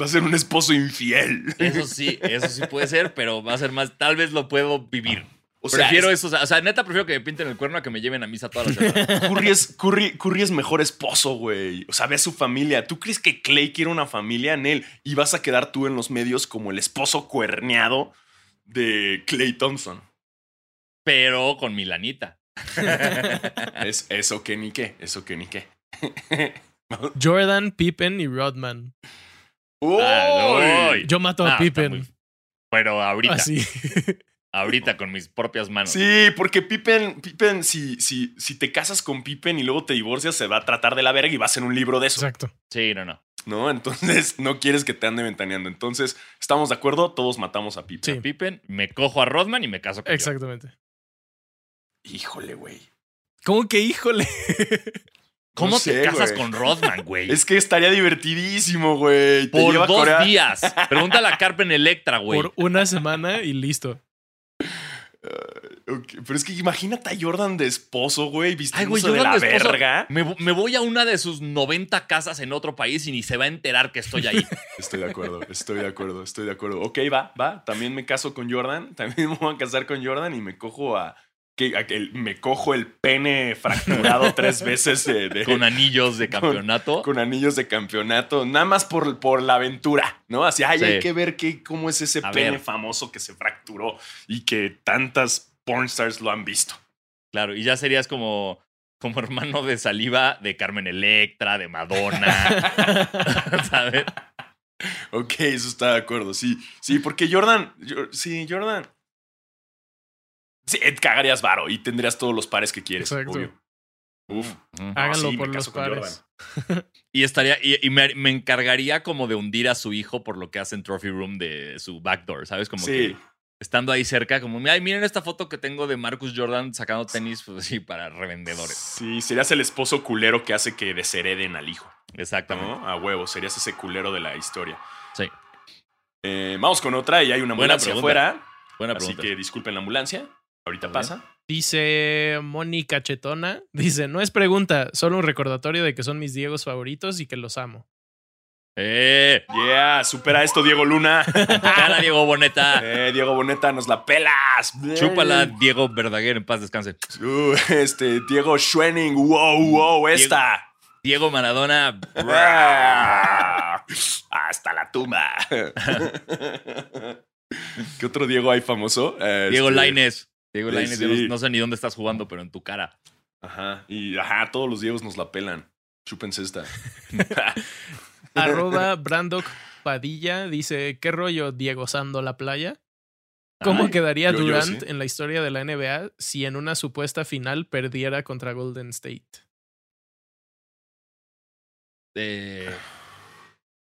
[SPEAKER 1] va a ser un esposo infiel.
[SPEAKER 2] Eso sí, eso sí puede ser, pero va a ser más. Tal vez lo puedo vivir.
[SPEAKER 1] O
[SPEAKER 2] prefiero eso. O sea, o sea, neta, prefiero que me pinten el cuerno a que me lleven a misa toda la semana.
[SPEAKER 1] Curry es, Curry, Curry es mejor esposo, güey. O sea, ve a su familia. ¿Tú crees que Clay quiere una familia en él? Y vas a quedar tú en los medios como el esposo cuerneado de Clay Thompson.
[SPEAKER 2] pero con Milanita.
[SPEAKER 1] Es, eso que ni qué, eso que ni qué.
[SPEAKER 3] Jordan, Pippen y Rodman.
[SPEAKER 2] Ah,
[SPEAKER 1] ¡Uy!
[SPEAKER 2] no.
[SPEAKER 3] Yo mato
[SPEAKER 2] Ah,
[SPEAKER 3] a
[SPEAKER 2] está
[SPEAKER 3] Pippen.
[SPEAKER 2] muy- Pero ahorita,
[SPEAKER 3] Así.
[SPEAKER 2] ahorita con mis propias manos.
[SPEAKER 1] Sí, porque Pippen, Pippen si, si, si te casas con Pippen y luego te divorcias, se va a tratar de la verga y va a ser un libro de eso,
[SPEAKER 3] Exacto.
[SPEAKER 2] Sí, no, no.
[SPEAKER 1] ¿no? Entonces no quieres que te ande ventaneando. Entonces, ¿estamos de acuerdo? Todos matamos a Pippen.
[SPEAKER 3] Sí.
[SPEAKER 2] Pippen, me cojo a Rodman y me caso con Exacto.
[SPEAKER 3] Exactamente.
[SPEAKER 1] Híjole, güey.
[SPEAKER 3] ¿Cómo que híjole?
[SPEAKER 2] ¿Cómo
[SPEAKER 1] No
[SPEAKER 2] te
[SPEAKER 1] sé,
[SPEAKER 2] casas
[SPEAKER 1] güey.
[SPEAKER 2] con Rodman, güey?
[SPEAKER 1] Es que estaría divertidísimo, güey. Te
[SPEAKER 2] Por
[SPEAKER 1] lleva a
[SPEAKER 2] dos
[SPEAKER 1] Corea.
[SPEAKER 2] días. Pregúntale a Carpen Electra, güey.
[SPEAKER 3] Por una semana y listo.
[SPEAKER 1] Ok, Pero es que imagínate a Jordan de esposo, güey,
[SPEAKER 2] Ay, güey,
[SPEAKER 1] vistiéndose
[SPEAKER 2] yo
[SPEAKER 1] de la
[SPEAKER 2] de esposo,
[SPEAKER 1] verga.
[SPEAKER 2] me, vo- me voy a una de sus 90 casas en otro país y ni se va a enterar que estoy ahí.
[SPEAKER 1] Estoy de acuerdo, estoy de acuerdo, estoy de acuerdo. Ok, va, va. También me caso con Jordan. También me voy a casar con Jordan y me cojo a. Que, a que el- me cojo el pene fracturado tres veces de, de-
[SPEAKER 2] con
[SPEAKER 1] con,
[SPEAKER 2] anillos de campeonato.
[SPEAKER 1] anillos de campeonato. Nada más por, por la aventura, ¿no? Así, ay,
[SPEAKER 2] Sí.
[SPEAKER 1] hay que ver qué, cómo es ese
[SPEAKER 2] A
[SPEAKER 1] pene
[SPEAKER 2] ver.
[SPEAKER 1] famoso que se fracturó y que tantas pornstars lo han visto.
[SPEAKER 2] Claro, y ya serías como, como hermano de saliva de Carmen Electra, de Madonna. ¿Sabes?
[SPEAKER 1] Ok, eso está de acuerdo, sí. Sí, porque Jordan, Jor- sí, Jordan. Sí, eh, cagarías varo y tendrías todos los pares que quieres.
[SPEAKER 3] Exacto. Mm.
[SPEAKER 1] obvio. Uf,
[SPEAKER 2] Ujú.
[SPEAKER 3] Háganlo
[SPEAKER 1] sí, me
[SPEAKER 3] por los
[SPEAKER 1] caso con
[SPEAKER 3] pares.
[SPEAKER 2] Y estaría, y, y me, me encargaría como de hundir a su hijo por lo que hace en Trophy Room de su backdoor, ¿sabes? Como
[SPEAKER 1] sí.
[SPEAKER 2] que estando ahí cerca, como, ay, miren esta foto que tengo de Marcus Jordan sacando tenis, pues sí, para revendedores.
[SPEAKER 1] Sí, serías el esposo culero que hace que deshereden al hijo.
[SPEAKER 2] Exactamente.
[SPEAKER 1] ¿no? A huevo, serías ese culero de la historia.
[SPEAKER 2] Sí.
[SPEAKER 1] Eh, vamos con otra y hay una
[SPEAKER 2] Buena
[SPEAKER 1] ambulancia
[SPEAKER 2] pregunta.
[SPEAKER 1] afuera.
[SPEAKER 2] Buena
[SPEAKER 1] Ah, Así
[SPEAKER 2] pregunta.
[SPEAKER 1] que disculpen la ambulancia. Ahorita
[SPEAKER 2] Muy
[SPEAKER 1] pasa.
[SPEAKER 3] Dice Mónica Chetona. Dice, no es pregunta, solo un recordatorio de que son mis Diegos favoritos y que los amo.
[SPEAKER 2] ¡Eh!
[SPEAKER 1] Yeah, supera esto, Diego Luna.
[SPEAKER 2] ¡Cara, Diego Boneta!
[SPEAKER 1] Eh, Diego Boneta, nos la pelas.
[SPEAKER 2] Chúpala, Diego Verdaguer, en paz descanse.
[SPEAKER 1] Uh, este, Diego Schwenning, wow, wow, esta.
[SPEAKER 2] Diego Maradona.
[SPEAKER 1] Ah, Hasta la tumba. ¿Qué otro Diego hay famoso? Eh,
[SPEAKER 2] Diego
[SPEAKER 1] este,
[SPEAKER 2] Laines. Diego
[SPEAKER 1] Sí,
[SPEAKER 2] Laines,
[SPEAKER 1] sí.
[SPEAKER 2] Diego- no sé ni dónde estás jugando, pero en tu cara.
[SPEAKER 1] Ajá, y ajá, todos los Diegos nos la pelan. Chúpense esta.
[SPEAKER 3] Arroba Brandock Padilla dice, ¿qué rollo Diego Sando la playa? ¿Cómo
[SPEAKER 1] Ay,
[SPEAKER 3] quedaría
[SPEAKER 1] yo- yo
[SPEAKER 3] Durant
[SPEAKER 1] sí.
[SPEAKER 3] en la historia de la NBA si en una supuesta final perdiera contra Golden State?
[SPEAKER 2] eh,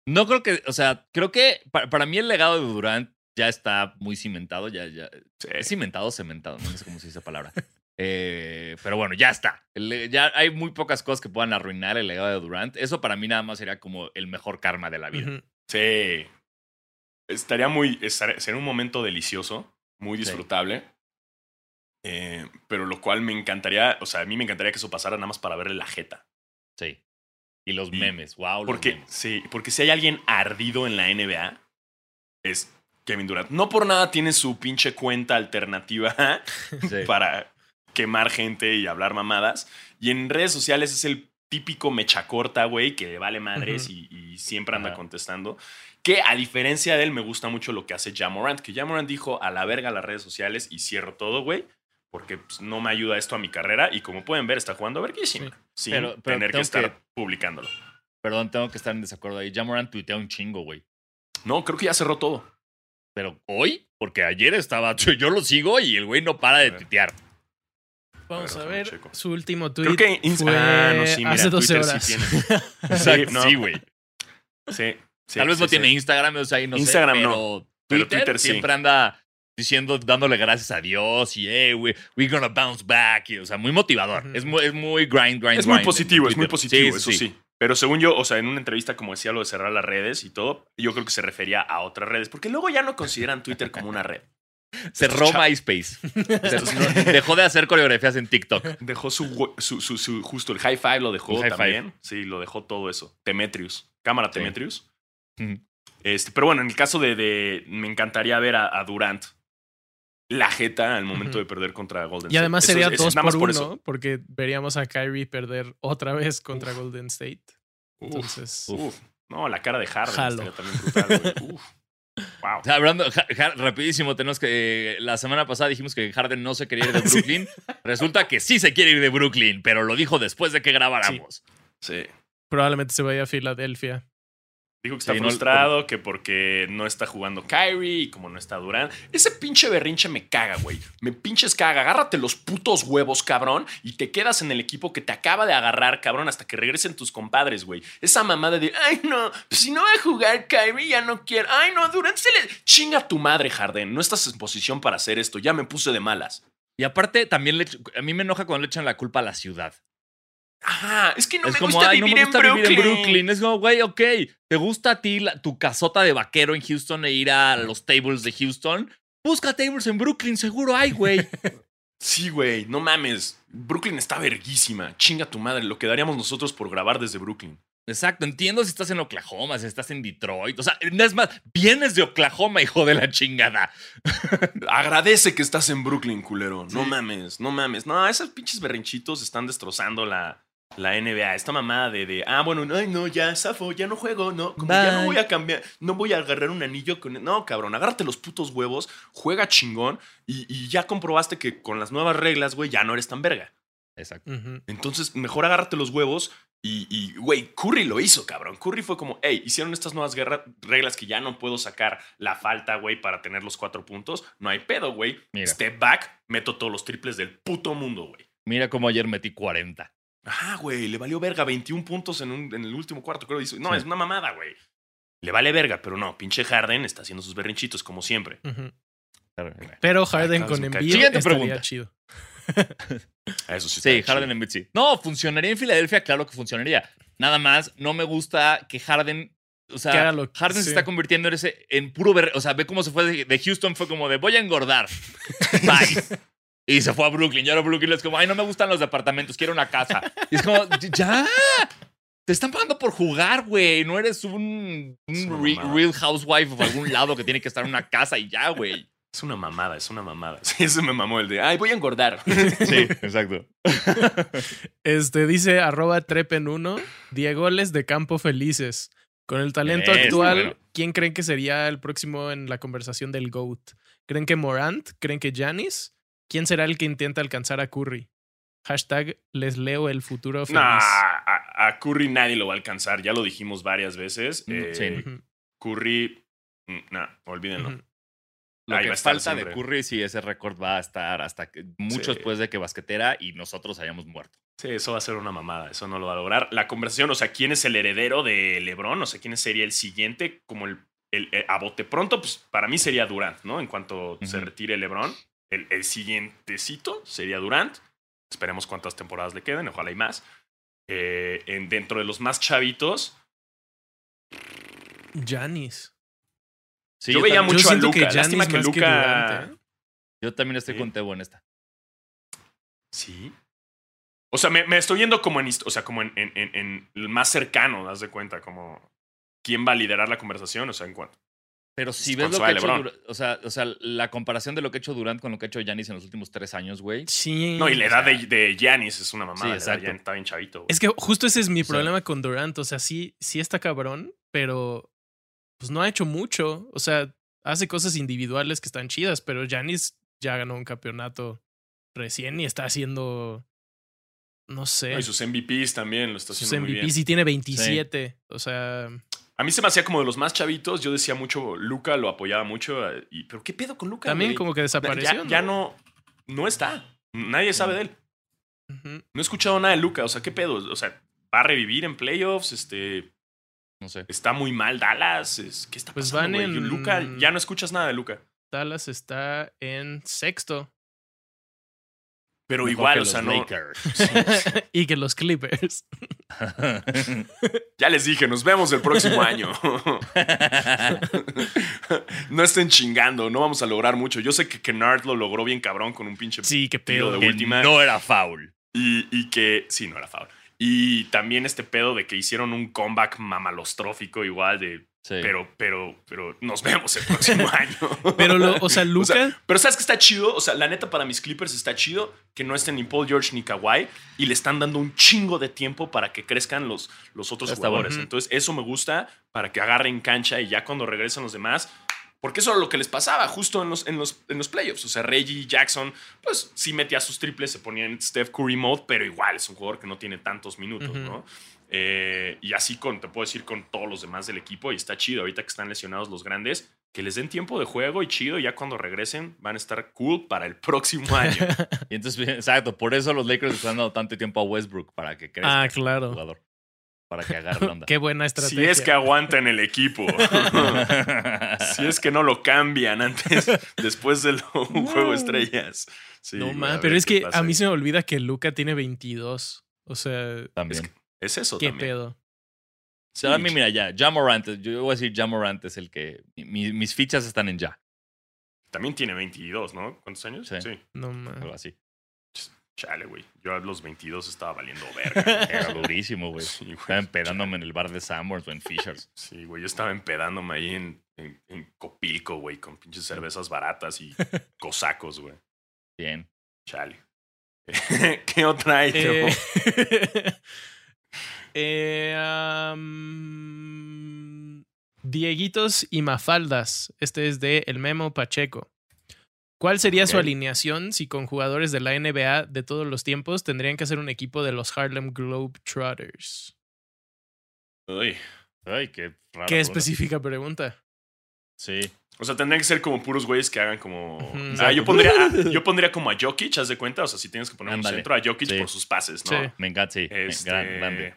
[SPEAKER 2] no creo que, o sea, creo que pa- para, mí el legado de Durant ya está muy cimentado, ya, ya, es cimentado, o cementado, no sé cómo se dice esa palabra. Eh, pero bueno, ya está. Le- ya hay muy pocas cosas que puedan arruinar el legado de Durant. Eso para mí nada más sería como el mejor karma
[SPEAKER 1] Ah,
[SPEAKER 2] de la vida.
[SPEAKER 3] Ujú.
[SPEAKER 1] Sí. Estaría muy. estar- sería un momento delicioso, muy
[SPEAKER 2] Sí.
[SPEAKER 1] disfrutable. Eh, pero lo cual me encantaría. O sea, a mí me encantaría que eso pasara nada más para verle la jeta.
[SPEAKER 2] Sí. Y los
[SPEAKER 1] Y-
[SPEAKER 2] memes, wow. los
[SPEAKER 1] Porque,
[SPEAKER 2] memes.
[SPEAKER 1] sí, porque si hay alguien ardido en la NBA, es Kevin Durant. No por nada tiene su pinche cuenta alternativa
[SPEAKER 2] Sí.
[SPEAKER 1] para quemar gente y hablar mamadas. Y en redes sociales es el típico mecha corta, güey, que vale madres
[SPEAKER 3] Ujú.
[SPEAKER 1] y, y siempre anda
[SPEAKER 2] Ajá.
[SPEAKER 1] contestando. Que a diferencia de él, me gusta mucho lo que hace Jamorant, que Jamorant dijo a la verga las redes sociales y cierro todo, güey, porque pues, no me ayuda esto a mi carrera. Y como pueden ver, está jugando verguísima. Sin
[SPEAKER 2] Pero- pero
[SPEAKER 1] tener que
[SPEAKER 2] tengo
[SPEAKER 1] estar
[SPEAKER 2] que-
[SPEAKER 1] publicándolo.
[SPEAKER 2] Perdón, tengo que estar en desacuerdo ahí. Jamoran tuitea un chingo, güey.
[SPEAKER 1] No, creo que ya cerró todo.
[SPEAKER 2] Pero hoy, porque ayer estaba, yo, yo lo sigo y el güey no para de
[SPEAKER 1] ver.
[SPEAKER 2] tuitear.
[SPEAKER 3] Vamos
[SPEAKER 1] A
[SPEAKER 3] a
[SPEAKER 1] ver,
[SPEAKER 3] ver,
[SPEAKER 1] déjame checo.
[SPEAKER 3] su último
[SPEAKER 1] Creo
[SPEAKER 3] tweet.
[SPEAKER 1] que Insta-
[SPEAKER 3] fue
[SPEAKER 1] Ah, no, sí, mira,
[SPEAKER 3] hace 12
[SPEAKER 1] Twitter
[SPEAKER 3] horas.
[SPEAKER 1] Sí, tiene.
[SPEAKER 2] O
[SPEAKER 1] Sí,
[SPEAKER 2] sea,
[SPEAKER 1] no.
[SPEAKER 2] Sí, güey.
[SPEAKER 1] Sí, sí,
[SPEAKER 2] Tal vez
[SPEAKER 1] sí,
[SPEAKER 2] no
[SPEAKER 1] sí.
[SPEAKER 2] tiene Instagram, o sea, ahí no
[SPEAKER 1] Instagram
[SPEAKER 2] sé.
[SPEAKER 1] no,
[SPEAKER 2] Pero
[SPEAKER 1] pero
[SPEAKER 2] Twitter,
[SPEAKER 1] Twitter sí.
[SPEAKER 2] siempre anda diciendo, dándole gracias a Dios y, hey, we, we're gonna bounce back. y, o sea, muy motivador.
[SPEAKER 3] Ujú.
[SPEAKER 2] Es, muy, es muy grind, grind,
[SPEAKER 1] Es muy
[SPEAKER 2] grind en-
[SPEAKER 1] positivo,
[SPEAKER 2] en
[SPEAKER 1] es muy
[SPEAKER 2] Twitter.
[SPEAKER 1] positivo, eso sí. Pero según yo, o sea, en una entrevista, como decía, lo de cerrar las redes y todo, yo creo que se refería a otras redes, porque luego ya no consideran Twitter como una red.
[SPEAKER 2] Cerró
[SPEAKER 1] Chao.
[SPEAKER 2] MySpace. Cerró- no, dejó de hacer coreografías en TikTok.
[SPEAKER 1] Dejó su, gu- su, su- su- justo el high five, lo dejó
[SPEAKER 2] El high
[SPEAKER 1] también. Sí, lo dejó todo eso. Demetrius, cámara
[SPEAKER 2] Sí.
[SPEAKER 1] Demetrius.
[SPEAKER 2] Ujú.
[SPEAKER 1] Este, pero bueno, en el caso de, de- me encantaría ver a, a Durant la jeta al momento
[SPEAKER 3] Ujú.
[SPEAKER 1] de perder contra Golden
[SPEAKER 3] Y además
[SPEAKER 1] State. Eso
[SPEAKER 3] sería
[SPEAKER 1] es- eso
[SPEAKER 3] dos
[SPEAKER 1] es nada
[SPEAKER 3] por,
[SPEAKER 1] más
[SPEAKER 3] uno,
[SPEAKER 1] eso.
[SPEAKER 3] porque veríamos a Kyrie perder otra vez contra Golden State.
[SPEAKER 1] Uf,
[SPEAKER 3] Entonces,
[SPEAKER 1] uf. No, la cara de Harden
[SPEAKER 3] Jalo.
[SPEAKER 1] estaría también brutal. güey. Uf. Wow.
[SPEAKER 2] O sea, Hablando, Ja- Ja- rapidísimo, tenemos que. eh, la semana pasada dijimos que Harden no se quería ir de
[SPEAKER 3] Sí.
[SPEAKER 2] Brooklyn. Resulta que sí se quiere ir de Brooklyn, pero lo dijo después de que grabáramos.
[SPEAKER 1] Sí.
[SPEAKER 3] probablemente se vaya a Filadelfia.
[SPEAKER 1] Dijo que está
[SPEAKER 2] Sí, no-
[SPEAKER 1] frustrado, que porque no está jugando Kyrie y como no está Durant. Ese pinche berrinche me caga, güey. Me pinches caga. Agárrate los putos huevos, cabrón, y te quedas en el equipo que te acaba de agarrar, cabrón, hasta que regresen tus compadres, güey. Esa mamada de, ay, no, pues si no va a jugar Kyrie, ya no quiero. Ay, no, Durant se le. Chinga tu madre, Jardín. No estás en posición para hacer esto. Ya me puse de malas.
[SPEAKER 2] Y aparte, también le- a mí me enoja cuando le echan la culpa a la ciudad.
[SPEAKER 1] Ajá, es que no,
[SPEAKER 2] es
[SPEAKER 1] me,
[SPEAKER 2] como,
[SPEAKER 1] gusta
[SPEAKER 2] ay, no me gusta vivir en
[SPEAKER 1] Brooklyn.
[SPEAKER 2] Brooklyn. Es como, güey, ok, ¿te gusta a ti la- tu casota de vaquero en Houston e ir a los tables de Houston? Busca tables en Brooklyn, seguro hay, güey.
[SPEAKER 1] Sí, güey, no mames. Brooklyn está verguísima. Chinga tu madre, lo quedaríamos nosotros por grabar desde Brooklyn.
[SPEAKER 2] Exacto, entiendo si estás en Oklahoma, si estás en Detroit. O sea, es más, vienes de Oklahoma, hijo de la chingada.
[SPEAKER 1] Agradece que estás en Brooklyn, culero. No
[SPEAKER 2] Sí.
[SPEAKER 1] mames, no mames. No, esos pinches berrinchitos están destrozando la, la NBA. Esta mamada de, de, ah, bueno, ay, no, ya, zafo, ya no juego, no. Como ya no
[SPEAKER 2] Bye.
[SPEAKER 1] voy a cambiar, no voy a agarrar un anillo con. No, cabrón, agárrate los putos huevos, juega chingón y, y ya comprobaste que con las nuevas reglas, güey, ya no eres tan verga.
[SPEAKER 2] Exacto.
[SPEAKER 3] Ujú.
[SPEAKER 1] Entonces, mejor agárrate los huevos. Y, y, güey, Curry lo hizo, cabrón. Curry fue como, hey, hicieron estas nuevas guerra- reglas que ya no puedo sacar la falta, güey, para tener los cuatro puntos. No hay pedo, güey.
[SPEAKER 2] Mira.
[SPEAKER 1] Step back, meto todos los triples del puto mundo, güey.
[SPEAKER 2] Mira cómo ayer metí 40.
[SPEAKER 1] Ajá, güey, le valió verga 21 puntos en, un- en el último cuarto, creo. hizo. No,
[SPEAKER 2] Sí.
[SPEAKER 1] es una mamada, güey. Le vale verga, pero no, pinche Harden está haciendo sus berrinchitos, como siempre.
[SPEAKER 3] Ujú.
[SPEAKER 1] Ah,
[SPEAKER 3] Pero Harden con
[SPEAKER 1] Acabas de
[SPEAKER 3] envío
[SPEAKER 2] Siguiente
[SPEAKER 3] estaría
[SPEAKER 2] pregunta.
[SPEAKER 3] chido.
[SPEAKER 1] A Eso sí.
[SPEAKER 2] Sí,
[SPEAKER 1] está
[SPEAKER 2] Harden en Embiid sí. No, funcionaría en Filadelfia, claro que funcionaría. Nada más, no me gusta que Harden. O sea,
[SPEAKER 3] Que haga lo-
[SPEAKER 2] Harden
[SPEAKER 3] sí.
[SPEAKER 2] se está convirtiendo en, ese, en puro berre- O sea, ve cómo se fue de, de Houston, fue como de voy a engordar. Bye. Y se fue a Brooklyn. Y ahora Brooklyn es como, ay, no me gustan los departamentos, quiero una casa. Y es como, ya. Te están pagando por jugar, güey. No eres un, un
[SPEAKER 1] Es una
[SPEAKER 2] re-
[SPEAKER 1] mamada.
[SPEAKER 2] real housewife o algún lado que tiene que estar en una casa y ya, güey.
[SPEAKER 1] Es una mamada, es una mamada. Sí, eso me mamó el de, ay, voy a engordar.
[SPEAKER 2] Sí, exacto.
[SPEAKER 3] Este dice arroba trepen 1 Diegoles de Campo Felices. Con el talento
[SPEAKER 2] Eso,
[SPEAKER 3] actual,
[SPEAKER 2] bueno.
[SPEAKER 3] ¿quién creen que sería el próximo en la conversación del GOAT? ¿Creen que Morant? ¿Creen que Janis? ¿Quién será el que intenta alcanzar a Curry? Hashtag les leo el futuro feliz.
[SPEAKER 1] Nah, a, a Curry nadie lo va a alcanzar. Ya lo dijimos varias veces.
[SPEAKER 2] Mm,
[SPEAKER 1] Eh,
[SPEAKER 2] sí.
[SPEAKER 3] Ujú,
[SPEAKER 1] Curry, mm, nah, olvídenlo.
[SPEAKER 3] ujú.
[SPEAKER 2] Lo
[SPEAKER 1] Ahí va a
[SPEAKER 2] que
[SPEAKER 1] estar
[SPEAKER 2] falta de
[SPEAKER 1] siempre.
[SPEAKER 2] Curry, sí, ese récord va a estar hasta que- mucho
[SPEAKER 1] Sí.
[SPEAKER 2] después de que basquetera y nosotros hayamos muerto.
[SPEAKER 1] Sí, eso va a ser una mamada, eso no lo va a lograr. La conversación, o sea, ¿quién es el heredero de LeBron? O sea, ¿quién sería el siguiente? Como el, el- eh, a bote pronto, pues para mí sería Durant, ¿no? En cuanto se
[SPEAKER 2] Ujú.
[SPEAKER 1] retire LeBron, el, el siguientecito sería Durant. Esperemos cuántas temporadas le queden, ojalá hay más. Eh, en, dentro de los más chavitos,
[SPEAKER 3] Janis.
[SPEAKER 2] Sí,
[SPEAKER 1] yo,
[SPEAKER 2] yo,
[SPEAKER 1] veía
[SPEAKER 2] también,
[SPEAKER 3] Yo
[SPEAKER 1] mucho a
[SPEAKER 3] siento
[SPEAKER 1] Luca.
[SPEAKER 3] que
[SPEAKER 1] Lástima
[SPEAKER 3] Giannis
[SPEAKER 1] que
[SPEAKER 3] más que
[SPEAKER 1] Luca.
[SPEAKER 3] Durant, ¿eh?
[SPEAKER 2] yo también estoy
[SPEAKER 1] Sí.
[SPEAKER 2] con Tebo en esta.
[SPEAKER 1] Sí. O sea, me, me estoy yendo como en, hist- o sea, como en, en- en- en el más cercano, das de cuenta, como quién va a liderar la conversación, o sea, en cuanto.
[SPEAKER 2] Pero si
[SPEAKER 1] Es
[SPEAKER 2] ves
[SPEAKER 1] con
[SPEAKER 2] lo que
[SPEAKER 1] Suárez,
[SPEAKER 2] ha hecho
[SPEAKER 1] LeBron.
[SPEAKER 2] Durant, o sea, o sea, la comparación de lo que ha hecho Durant con lo que ha hecho Yanis en los últimos tres años, güey.
[SPEAKER 3] Sí.
[SPEAKER 1] No, y la
[SPEAKER 2] o
[SPEAKER 1] edad
[SPEAKER 2] sea-
[SPEAKER 1] de, de Giannis es una mamada.
[SPEAKER 2] Sí,
[SPEAKER 1] la edad de
[SPEAKER 2] exacto.
[SPEAKER 1] Giannis está bien chavito. güey.
[SPEAKER 3] Es que justo ese es mi
[SPEAKER 2] O sea-
[SPEAKER 3] problema con Durant. O sea, sí, sí está cabrón, pero pues no ha hecho mucho. O sea, hace cosas individuales que están chidas, pero Janis ya ganó un campeonato recién y está haciendo, no sé,
[SPEAKER 1] No, y sus MVPs también lo está
[SPEAKER 3] sus
[SPEAKER 1] haciendo muy bien.
[SPEAKER 3] MVPs y tiene 27. O sea,
[SPEAKER 1] A mí se me hacía como de los más chavitos. Yo decía mucho, Luca lo apoyaba mucho. eh, y- pero ¿qué pedo con Luca?
[SPEAKER 3] también
[SPEAKER 1] güey?
[SPEAKER 3] como que
[SPEAKER 1] Ya-
[SPEAKER 3] desapareció. Mm.
[SPEAKER 1] ya, ya no, no está. Nadie sabe de él.
[SPEAKER 3] Ujú.
[SPEAKER 1] No he escuchado nada de Luca. O sea, ¿qué pedo? O sea, va a revivir en playoffs. Este,
[SPEAKER 2] No sé.
[SPEAKER 1] está muy mal Dallas. es- ¿Qué está
[SPEAKER 3] Pues
[SPEAKER 1] pasando?
[SPEAKER 3] van
[SPEAKER 1] güey?
[SPEAKER 3] en-
[SPEAKER 1] Luca, ya no escuchas nada de Luca.
[SPEAKER 3] Dallas está en sexto.
[SPEAKER 1] Pero
[SPEAKER 2] Mejor
[SPEAKER 1] igual,
[SPEAKER 2] que
[SPEAKER 1] o sea,
[SPEAKER 2] los
[SPEAKER 1] no.
[SPEAKER 2] Lakers.
[SPEAKER 3] y que los Clippers.
[SPEAKER 1] Ya les dije, nos vemos el próximo año. no estén chingando, no vamos a lograr mucho. Yo sé que Kennard lo logró bien cabrón con un pinche.
[SPEAKER 3] Sí, qué
[SPEAKER 1] Tiro
[SPEAKER 3] pedo.
[SPEAKER 1] de
[SPEAKER 2] Que
[SPEAKER 1] última.
[SPEAKER 2] no era foul.
[SPEAKER 1] Y, y que. Sí, no era favor. Y también este pedo de que hicieron un comeback mamalostrófico igual de.
[SPEAKER 2] Sí.
[SPEAKER 1] Pero, pero, pero nos vemos el próximo año.
[SPEAKER 3] Pero, lo- o sea, Luca.
[SPEAKER 1] Pero ¿sabes que está chido? O sea, la neta para mis Clippers está chido que no estén ni Paul George ni Kawhi y le están dando un chingo de tiempo para que crezcan los, los otros
[SPEAKER 2] Está
[SPEAKER 1] jugadores.
[SPEAKER 3] bueno.
[SPEAKER 1] Entonces, eso me gusta para que agarren cancha y ya cuando regresan los demás. Porque eso era lo que les pasaba justo en los, en los, en los playoffs. O sea, Reggie Jackson, pues sí metía sus triples, se ponía en Steph Curry mode, pero igual es un jugador que no tiene tantos minutos,
[SPEAKER 3] Ujú.
[SPEAKER 1] ¿no? Eh, y así con, te puedo decir, con todos los demás del equipo. Y está chido, ahorita que están lesionados los grandes, que les den tiempo de juego y chido. Ya cuando regresen, van a estar cool para el próximo año.
[SPEAKER 2] Y entonces, exacto, por eso los Lakers están dando tanto tiempo a Westbrook para que crezca
[SPEAKER 3] ah,
[SPEAKER 2] el
[SPEAKER 3] claro.
[SPEAKER 2] jugador. Para que agarre la onda.
[SPEAKER 3] Qué buena
[SPEAKER 1] si
[SPEAKER 3] estrategia.
[SPEAKER 1] es que aguantan el equipo. si es que no lo cambian antes, después de lo- un juego de estrellas. Sí,
[SPEAKER 3] no
[SPEAKER 1] güey,
[SPEAKER 3] más,
[SPEAKER 1] a
[SPEAKER 3] pero
[SPEAKER 1] ver
[SPEAKER 3] es
[SPEAKER 1] qué
[SPEAKER 3] que
[SPEAKER 1] pasa
[SPEAKER 3] a mí
[SPEAKER 1] ahí.
[SPEAKER 3] se me olvida que Luca tiene 22. O sea,
[SPEAKER 2] También.
[SPEAKER 1] Es Es eso
[SPEAKER 3] qué
[SPEAKER 1] también.
[SPEAKER 3] pedo.
[SPEAKER 2] O sea, a mí, mira, ya, Ja Morant, yo voy a decir Ja Morant es el que. mi- mis fichas están en Ja,
[SPEAKER 1] También tiene 22, ¿no? ¿Cuántos años? Sí.
[SPEAKER 2] Sí.
[SPEAKER 3] No
[SPEAKER 1] Ah.
[SPEAKER 2] algo
[SPEAKER 3] más.
[SPEAKER 2] así.
[SPEAKER 1] Chale, güey. Yo a los 22 estaba valiendo verga.
[SPEAKER 2] Era durísimo, güey.
[SPEAKER 1] Sí, güey.
[SPEAKER 2] Pues, Estaba empedándome en el bar de Sanborns o en Fishers.
[SPEAKER 1] Sí, güey, yo estaba empedándome ahí en, en- en Copilco, güey, con pinches cervezas baratas y cosacos, güey.
[SPEAKER 2] Bien.
[SPEAKER 1] Chale. ¿Qué otra
[SPEAKER 2] Eh,
[SPEAKER 1] hay?
[SPEAKER 3] Eh,
[SPEAKER 1] Teo?
[SPEAKER 3] Dieguitos y Mafaldas. Este es de El Memo Pacheco. ¿Cuál sería su
[SPEAKER 1] Ok.
[SPEAKER 3] alineación si con jugadores de la NBA de todos los tiempos tendrían que hacer un equipo de los Harlem Globetrotters?
[SPEAKER 1] Uy.
[SPEAKER 2] Ay, qué raro.
[SPEAKER 3] Qué específica pregunta.
[SPEAKER 2] Sí.
[SPEAKER 1] O sea, tendrían que ser como puros güeyes que hagan como.
[SPEAKER 3] Ujú.
[SPEAKER 1] Ah,
[SPEAKER 2] Exacto.
[SPEAKER 1] yo pondría, a- yo pondría como a Jokic, haz de cuenta. O sea, si tienes que poner un
[SPEAKER 2] Ándale.
[SPEAKER 1] centro a Jokic
[SPEAKER 2] Sí.
[SPEAKER 1] por sus pases, ¿no?
[SPEAKER 3] Sí.
[SPEAKER 2] Me encanta, sí. me-
[SPEAKER 1] Este,
[SPEAKER 2] gran- grande.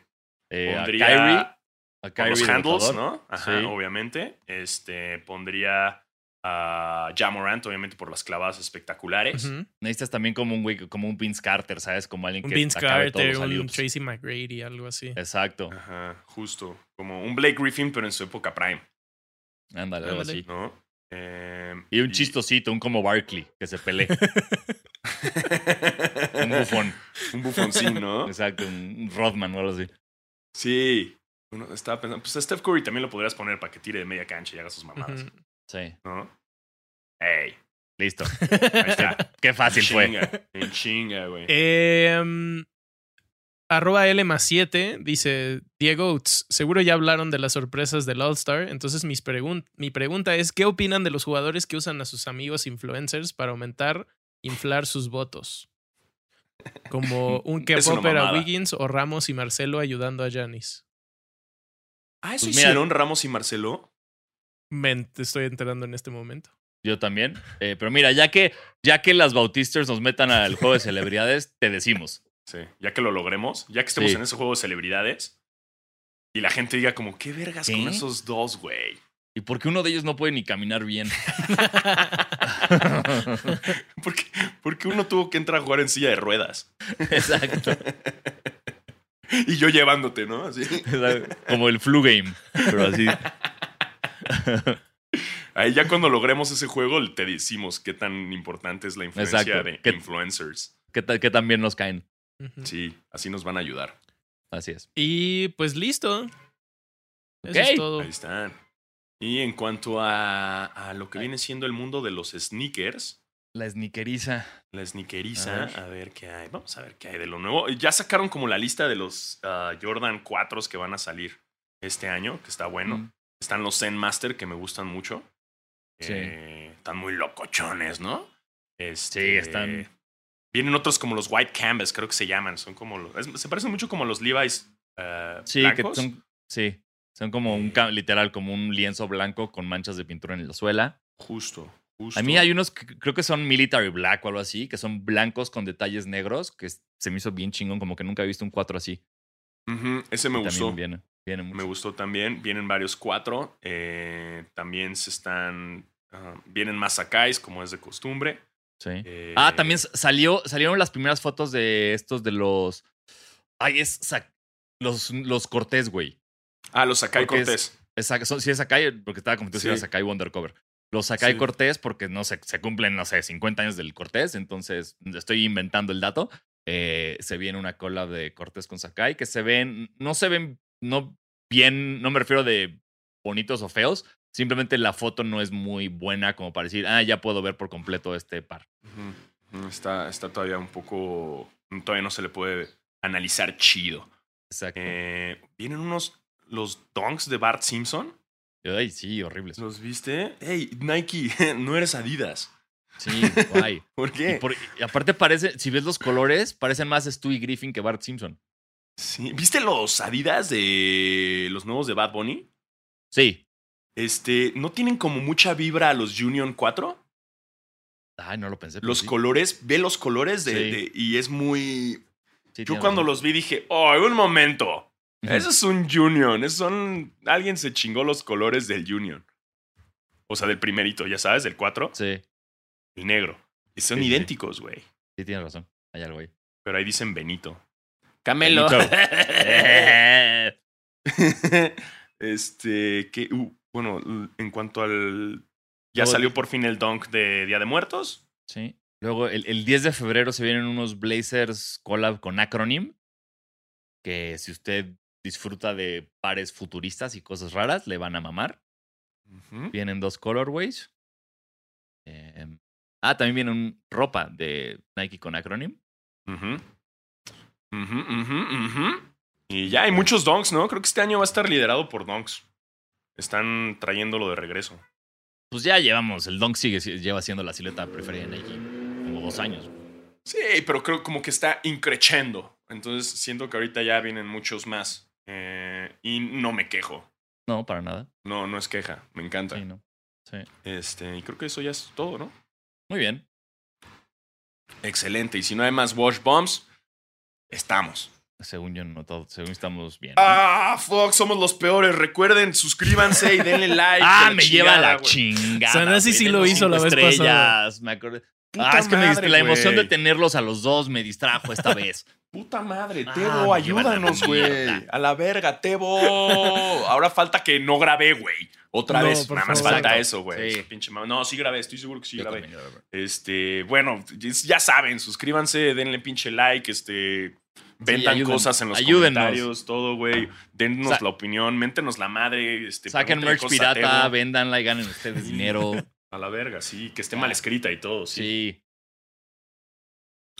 [SPEAKER 2] Eh, a
[SPEAKER 1] pondría-
[SPEAKER 2] Kyrie. A
[SPEAKER 1] Con
[SPEAKER 2] Kyrie
[SPEAKER 1] los
[SPEAKER 2] de
[SPEAKER 1] handles,
[SPEAKER 2] anotador.
[SPEAKER 1] ¿no? Ajá,
[SPEAKER 2] Sí.
[SPEAKER 1] obviamente. Este, pondría a Jamorant, obviamente, por las clavadas espectaculares.
[SPEAKER 3] Ujú.
[SPEAKER 2] Necesitas también como un güey, como un Vince Carter, ¿sabes? Como alguien
[SPEAKER 3] Un
[SPEAKER 2] que
[SPEAKER 3] Vince
[SPEAKER 2] acabe todos
[SPEAKER 3] Carter,
[SPEAKER 2] los
[SPEAKER 3] un
[SPEAKER 2] alley-oops.
[SPEAKER 3] Tracy McGrady, algo así.
[SPEAKER 2] Exacto.
[SPEAKER 1] Ajá, justo. Como un Blake Griffin, pero en su época prime,
[SPEAKER 2] Ándale, algo
[SPEAKER 3] Ándale.
[SPEAKER 2] así.
[SPEAKER 1] ¿no? Eh,
[SPEAKER 2] Y un chistosito, un como Barkley, que se pelee. un bufón.
[SPEAKER 1] un bufoncín, ¿no?
[SPEAKER 2] Exacto, un un Rodman o algo así.
[SPEAKER 1] Sí. Uno estaba pensando, pues a Steph Curry también lo podrías poner para que tire de media cancha y haga sus mamadas,
[SPEAKER 3] Ujú.
[SPEAKER 2] Sí,
[SPEAKER 1] ¿no? ¡Ey!
[SPEAKER 2] listo.
[SPEAKER 1] Ahí está.
[SPEAKER 2] Qué fácil fue. Eh,
[SPEAKER 1] chinga, En chinga, güey.
[SPEAKER 3] Em, arroba L más 7 dice Diego Oates, seguro ya hablaron de las sorpresas del All Star, entonces mis pregun- mi pregunta es, ¿qué opinan de los jugadores que usan a sus amigos influencers para aumentar, inflar sus votos? Como un
[SPEAKER 1] Es una
[SPEAKER 3] K-Popper a
[SPEAKER 1] mamada.
[SPEAKER 3] Wiggins o Ramos y Marcelo ayudando a Janis.
[SPEAKER 1] ah, eso
[SPEAKER 2] Pues mira-
[SPEAKER 1] hicieron Ramos y Marcelo.
[SPEAKER 3] Me en- estoy enterando en este momento.
[SPEAKER 2] Yo también. Eh, pero mira, ya que, ya que las Bautistas nos metan al juego de celebridades, te decimos.
[SPEAKER 1] Sí, ya que lo logremos, ya que estemos
[SPEAKER 2] Sí.
[SPEAKER 1] en ese juego de celebridades y la gente diga como, ¿qué vergas
[SPEAKER 2] ¿Qué?
[SPEAKER 1] con esos dos, güey?
[SPEAKER 2] ¿Y por qué uno de ellos no puede ni caminar bien?
[SPEAKER 1] ¿Por qué, por qué uno tuvo que entrar a jugar en silla de ruedas?
[SPEAKER 2] Exacto.
[SPEAKER 1] Y yo llevándote, ¿no? Así.
[SPEAKER 2] Exacto. Como el flu game. Pero así.
[SPEAKER 1] Ahí ya cuando logremos ese juego te decimos qué tan importante es la influencia
[SPEAKER 2] Exacto.
[SPEAKER 1] de
[SPEAKER 2] ¿Qué-
[SPEAKER 1] influencers.
[SPEAKER 2] Que, ta- que también nos caen.
[SPEAKER 3] Ujú.
[SPEAKER 1] Sí, así nos van a ayudar.
[SPEAKER 2] Así es.
[SPEAKER 3] Y pues listo. Eso
[SPEAKER 2] Ok.
[SPEAKER 3] es todo.
[SPEAKER 1] Ahí están. Y en cuanto a, a lo que viene siendo el mundo de los sneakers,
[SPEAKER 2] La sneakeriza.
[SPEAKER 1] la
[SPEAKER 2] A
[SPEAKER 1] sneakeriza, a
[SPEAKER 2] ver.
[SPEAKER 1] ver, qué hay. Vamos a ver qué hay de lo nuevo. Ya sacaron como la lista de los ah, Jordan 4 que van a salir este año, que está bueno.
[SPEAKER 2] Mm.
[SPEAKER 1] Están los Zen Master que me gustan mucho.
[SPEAKER 2] Sí.
[SPEAKER 1] Eh, están muy locochones, ¿no? Este,
[SPEAKER 2] Sí, están-
[SPEAKER 1] Vienen otros como los White Canvas, creo que se llaman. Son como los- es- se parecen mucho como los Levi's. eh,
[SPEAKER 2] Sí,
[SPEAKER 1] blancos. Eh.
[SPEAKER 2] que son. Sí. Son como un ca- literal, como un lienzo blanco con manchas de pintura en la suela.
[SPEAKER 1] Justo, justo.
[SPEAKER 2] A mí hay unos que creo que son military black o algo así, que son blancos con detalles negros, que es- se me hizo bien chingón, como que nunca he visto un 4 así.
[SPEAKER 1] Ujú, ese me
[SPEAKER 2] Y
[SPEAKER 1] gustó.
[SPEAKER 2] También viene, viene mucho.
[SPEAKER 1] Me gustó también. Vienen varios cuatro. eh, también se están. ah, vienen más Sakais, como es de costumbre.
[SPEAKER 2] Sí.
[SPEAKER 1] eh,
[SPEAKER 2] Ah, también s- salió, salieron las primeras fotos de estos de los. Ay, es Sa- los, los Cortés, güey.
[SPEAKER 1] Ah, los Sakai
[SPEAKER 2] porque es-
[SPEAKER 1] Cortés.
[SPEAKER 2] Es Sa- son- Sí, es Sakai, porque estaba confundido si
[SPEAKER 1] Sí.
[SPEAKER 2] era Sakai o Undercover. Los Sakai
[SPEAKER 1] Sí.
[SPEAKER 2] Cortés, porque no sé, se cumplen, no sé, 50 años del Cortés, entonces estoy inventando el dato. Eh, se viene una cola de Cortés con Sakai que se ven, no se ven, no bien, no me refiero de bonitos o feos, simplemente la foto no es muy buena como para decir, ah, ya puedo ver por completo este par.
[SPEAKER 1] Ujú, ujú, Está, está todavía un poco. Todavía no se le puede analizar chido.
[SPEAKER 2] Exacto.
[SPEAKER 1] Eh, vienen unos. Los donks de Bart Simpson.
[SPEAKER 2] Ay, sí, horribles.
[SPEAKER 1] ¿Los viste? Hey, Nike, no eres Adidas.
[SPEAKER 2] Sí, guay.
[SPEAKER 1] ¿Por
[SPEAKER 2] Y,
[SPEAKER 1] qué?
[SPEAKER 2] por- y aparte parece, si ves los colores, parecen más Stu y Griffin que Bart Simpson.
[SPEAKER 1] Sí. ¿Viste los Adidas de los nuevos de Bad Bunny?
[SPEAKER 2] Sí.
[SPEAKER 1] Este, ¿no tienen como mucha vibra a los Union 4?
[SPEAKER 2] Ay, no lo pensé. pero
[SPEAKER 1] Los
[SPEAKER 2] sí.
[SPEAKER 1] colores, ve los colores de,
[SPEAKER 2] Sí.
[SPEAKER 1] de- y es muy...
[SPEAKER 2] Sí,
[SPEAKER 1] Yo
[SPEAKER 2] tienes
[SPEAKER 1] cuando
[SPEAKER 2] razón.
[SPEAKER 1] los vi dije, oh, un momento.
[SPEAKER 2] Ujú.
[SPEAKER 1] Eso es un Union, esos son... Alguien se chingó los colores del Union. O sea, del primerito, ya sabes, del 4,
[SPEAKER 2] Sí,
[SPEAKER 1] el negro. Y son
[SPEAKER 2] Sí, sí.
[SPEAKER 1] idénticos, güey.
[SPEAKER 2] sí, tienes razón. Hay algo ahí.
[SPEAKER 1] Pero ahí dicen Benito.
[SPEAKER 3] Camelo.
[SPEAKER 2] Benito. Eh,
[SPEAKER 1] este, que, uh, bueno, l- en cuanto al... Ya
[SPEAKER 2] Todo
[SPEAKER 1] salió
[SPEAKER 2] bien.
[SPEAKER 1] por fin el dunk de Día de Muertos.
[SPEAKER 2] Sí. Luego, el, el 10 de febrero se vienen unos Blazers collab con Acronym. Que si usted disfruta de pares futuristas y cosas raras, le van a mamar.
[SPEAKER 1] Ujú.
[SPEAKER 2] Vienen dos colorways. Eh, ah, también viene un ropa de Nike con Acronym.
[SPEAKER 1] Ujú. Ujú, ujú, ujú. Y ya hay muchos donks, ¿no? Creo que este año va a estar liderado por donks. Están trayéndolo de regreso.
[SPEAKER 2] Pues ya llevamos, el Dunk sigue si- lleva siendo la silueta preferida de Nike como dos años.
[SPEAKER 1] Sí, pero creo como que está increchendo. Entonces siento que ahorita ya vienen muchos más. Eh, y no me quejo.
[SPEAKER 2] No, para nada.
[SPEAKER 1] No, no es queja. Me encanta.
[SPEAKER 2] Sí, no. Sí.
[SPEAKER 1] Este, y creo que eso ya es todo, ¿no?
[SPEAKER 2] Muy bien.
[SPEAKER 1] Excelente. Y si no hay más wash bombs, estamos.
[SPEAKER 2] Según yo, no todo. Según estamos bien. ¿no?
[SPEAKER 1] Ah, fuck, somos los peores. Recuerden, suscríbanse y denle like.
[SPEAKER 2] Ah,
[SPEAKER 1] que
[SPEAKER 2] me lleva
[SPEAKER 1] chingada,
[SPEAKER 2] la
[SPEAKER 1] güey.
[SPEAKER 2] chingada.
[SPEAKER 3] Sanasi
[SPEAKER 2] güey,
[SPEAKER 3] sí
[SPEAKER 2] de
[SPEAKER 3] lo
[SPEAKER 2] los
[SPEAKER 3] hizo la
[SPEAKER 2] cinco
[SPEAKER 3] vez pasada.
[SPEAKER 2] estrellas, me acordé.
[SPEAKER 1] Puta
[SPEAKER 2] Ah, es que me dist-
[SPEAKER 1] madre,
[SPEAKER 2] la emoción de
[SPEAKER 1] güey.
[SPEAKER 2] tenerlos a los dos me distrajo esta vez.
[SPEAKER 1] Puta madre,
[SPEAKER 2] Ah,
[SPEAKER 1] Tebo,
[SPEAKER 2] me llevan la
[SPEAKER 1] ayúdanos, güey.
[SPEAKER 2] mierda.
[SPEAKER 1] A la verga, Tebo. Ahora falta que no grabé, güey. Otra
[SPEAKER 3] No,
[SPEAKER 1] vez.
[SPEAKER 3] por
[SPEAKER 1] Nada más
[SPEAKER 3] favor.
[SPEAKER 1] falta
[SPEAKER 2] Exacto.
[SPEAKER 1] eso, güey.
[SPEAKER 2] Sí.
[SPEAKER 1] Esa pinche mam- No, sí grabé, estoy seguro que sí
[SPEAKER 2] Yo
[SPEAKER 1] grabé.
[SPEAKER 2] también, yo-
[SPEAKER 1] Este, bueno, ya saben, suscríbanse, denle pinche like, este. Vendan
[SPEAKER 2] ayuden-
[SPEAKER 1] cosas en los
[SPEAKER 2] ayúdennos.
[SPEAKER 1] comentarios, todo, güey. Dennos
[SPEAKER 2] Sa-
[SPEAKER 1] la opinión, méntenos la madre. Este,
[SPEAKER 2] Saquen
[SPEAKER 1] pregúntenle
[SPEAKER 2] merch
[SPEAKER 1] cosas a
[SPEAKER 2] pirata,
[SPEAKER 1] Tebo.
[SPEAKER 2] véndanla y ganen ustedes dinero.
[SPEAKER 1] A la verga, sí, que esté mal escrita y todo, sí.
[SPEAKER 2] Sí.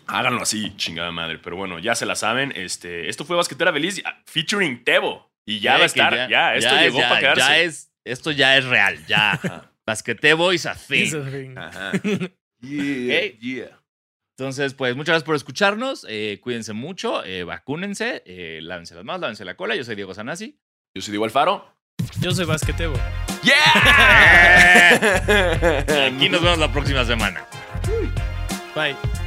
[SPEAKER 1] Háganlo así, chingada madre. Pero bueno, ya se la saben. Este, esto fue Basquetera Feliz ah, featuring Tebo. Y ya
[SPEAKER 2] Eh,
[SPEAKER 1] va a
[SPEAKER 2] que
[SPEAKER 1] estar, ya, esto
[SPEAKER 2] ya es-
[SPEAKER 1] llegó
[SPEAKER 2] ya-
[SPEAKER 1] para quedarse.
[SPEAKER 2] Ya es, esto ya es real, ya. Basquetebo y Safi.
[SPEAKER 3] Eso, fin.
[SPEAKER 1] Ajá.
[SPEAKER 2] Ok. Entonces, pues muchas gracias por escucharnos. eh, cuídense mucho, eh, vacúnense, eh, lávense las manos, lávense la cola. Yo soy Diego Sanasi.
[SPEAKER 1] Yo soy Diego Alfaro.
[SPEAKER 3] Yo soy Basquetebo.
[SPEAKER 1] ¡Yeah!
[SPEAKER 2] Eh. Aquí nos vemos la próxima semana.
[SPEAKER 3] Bye.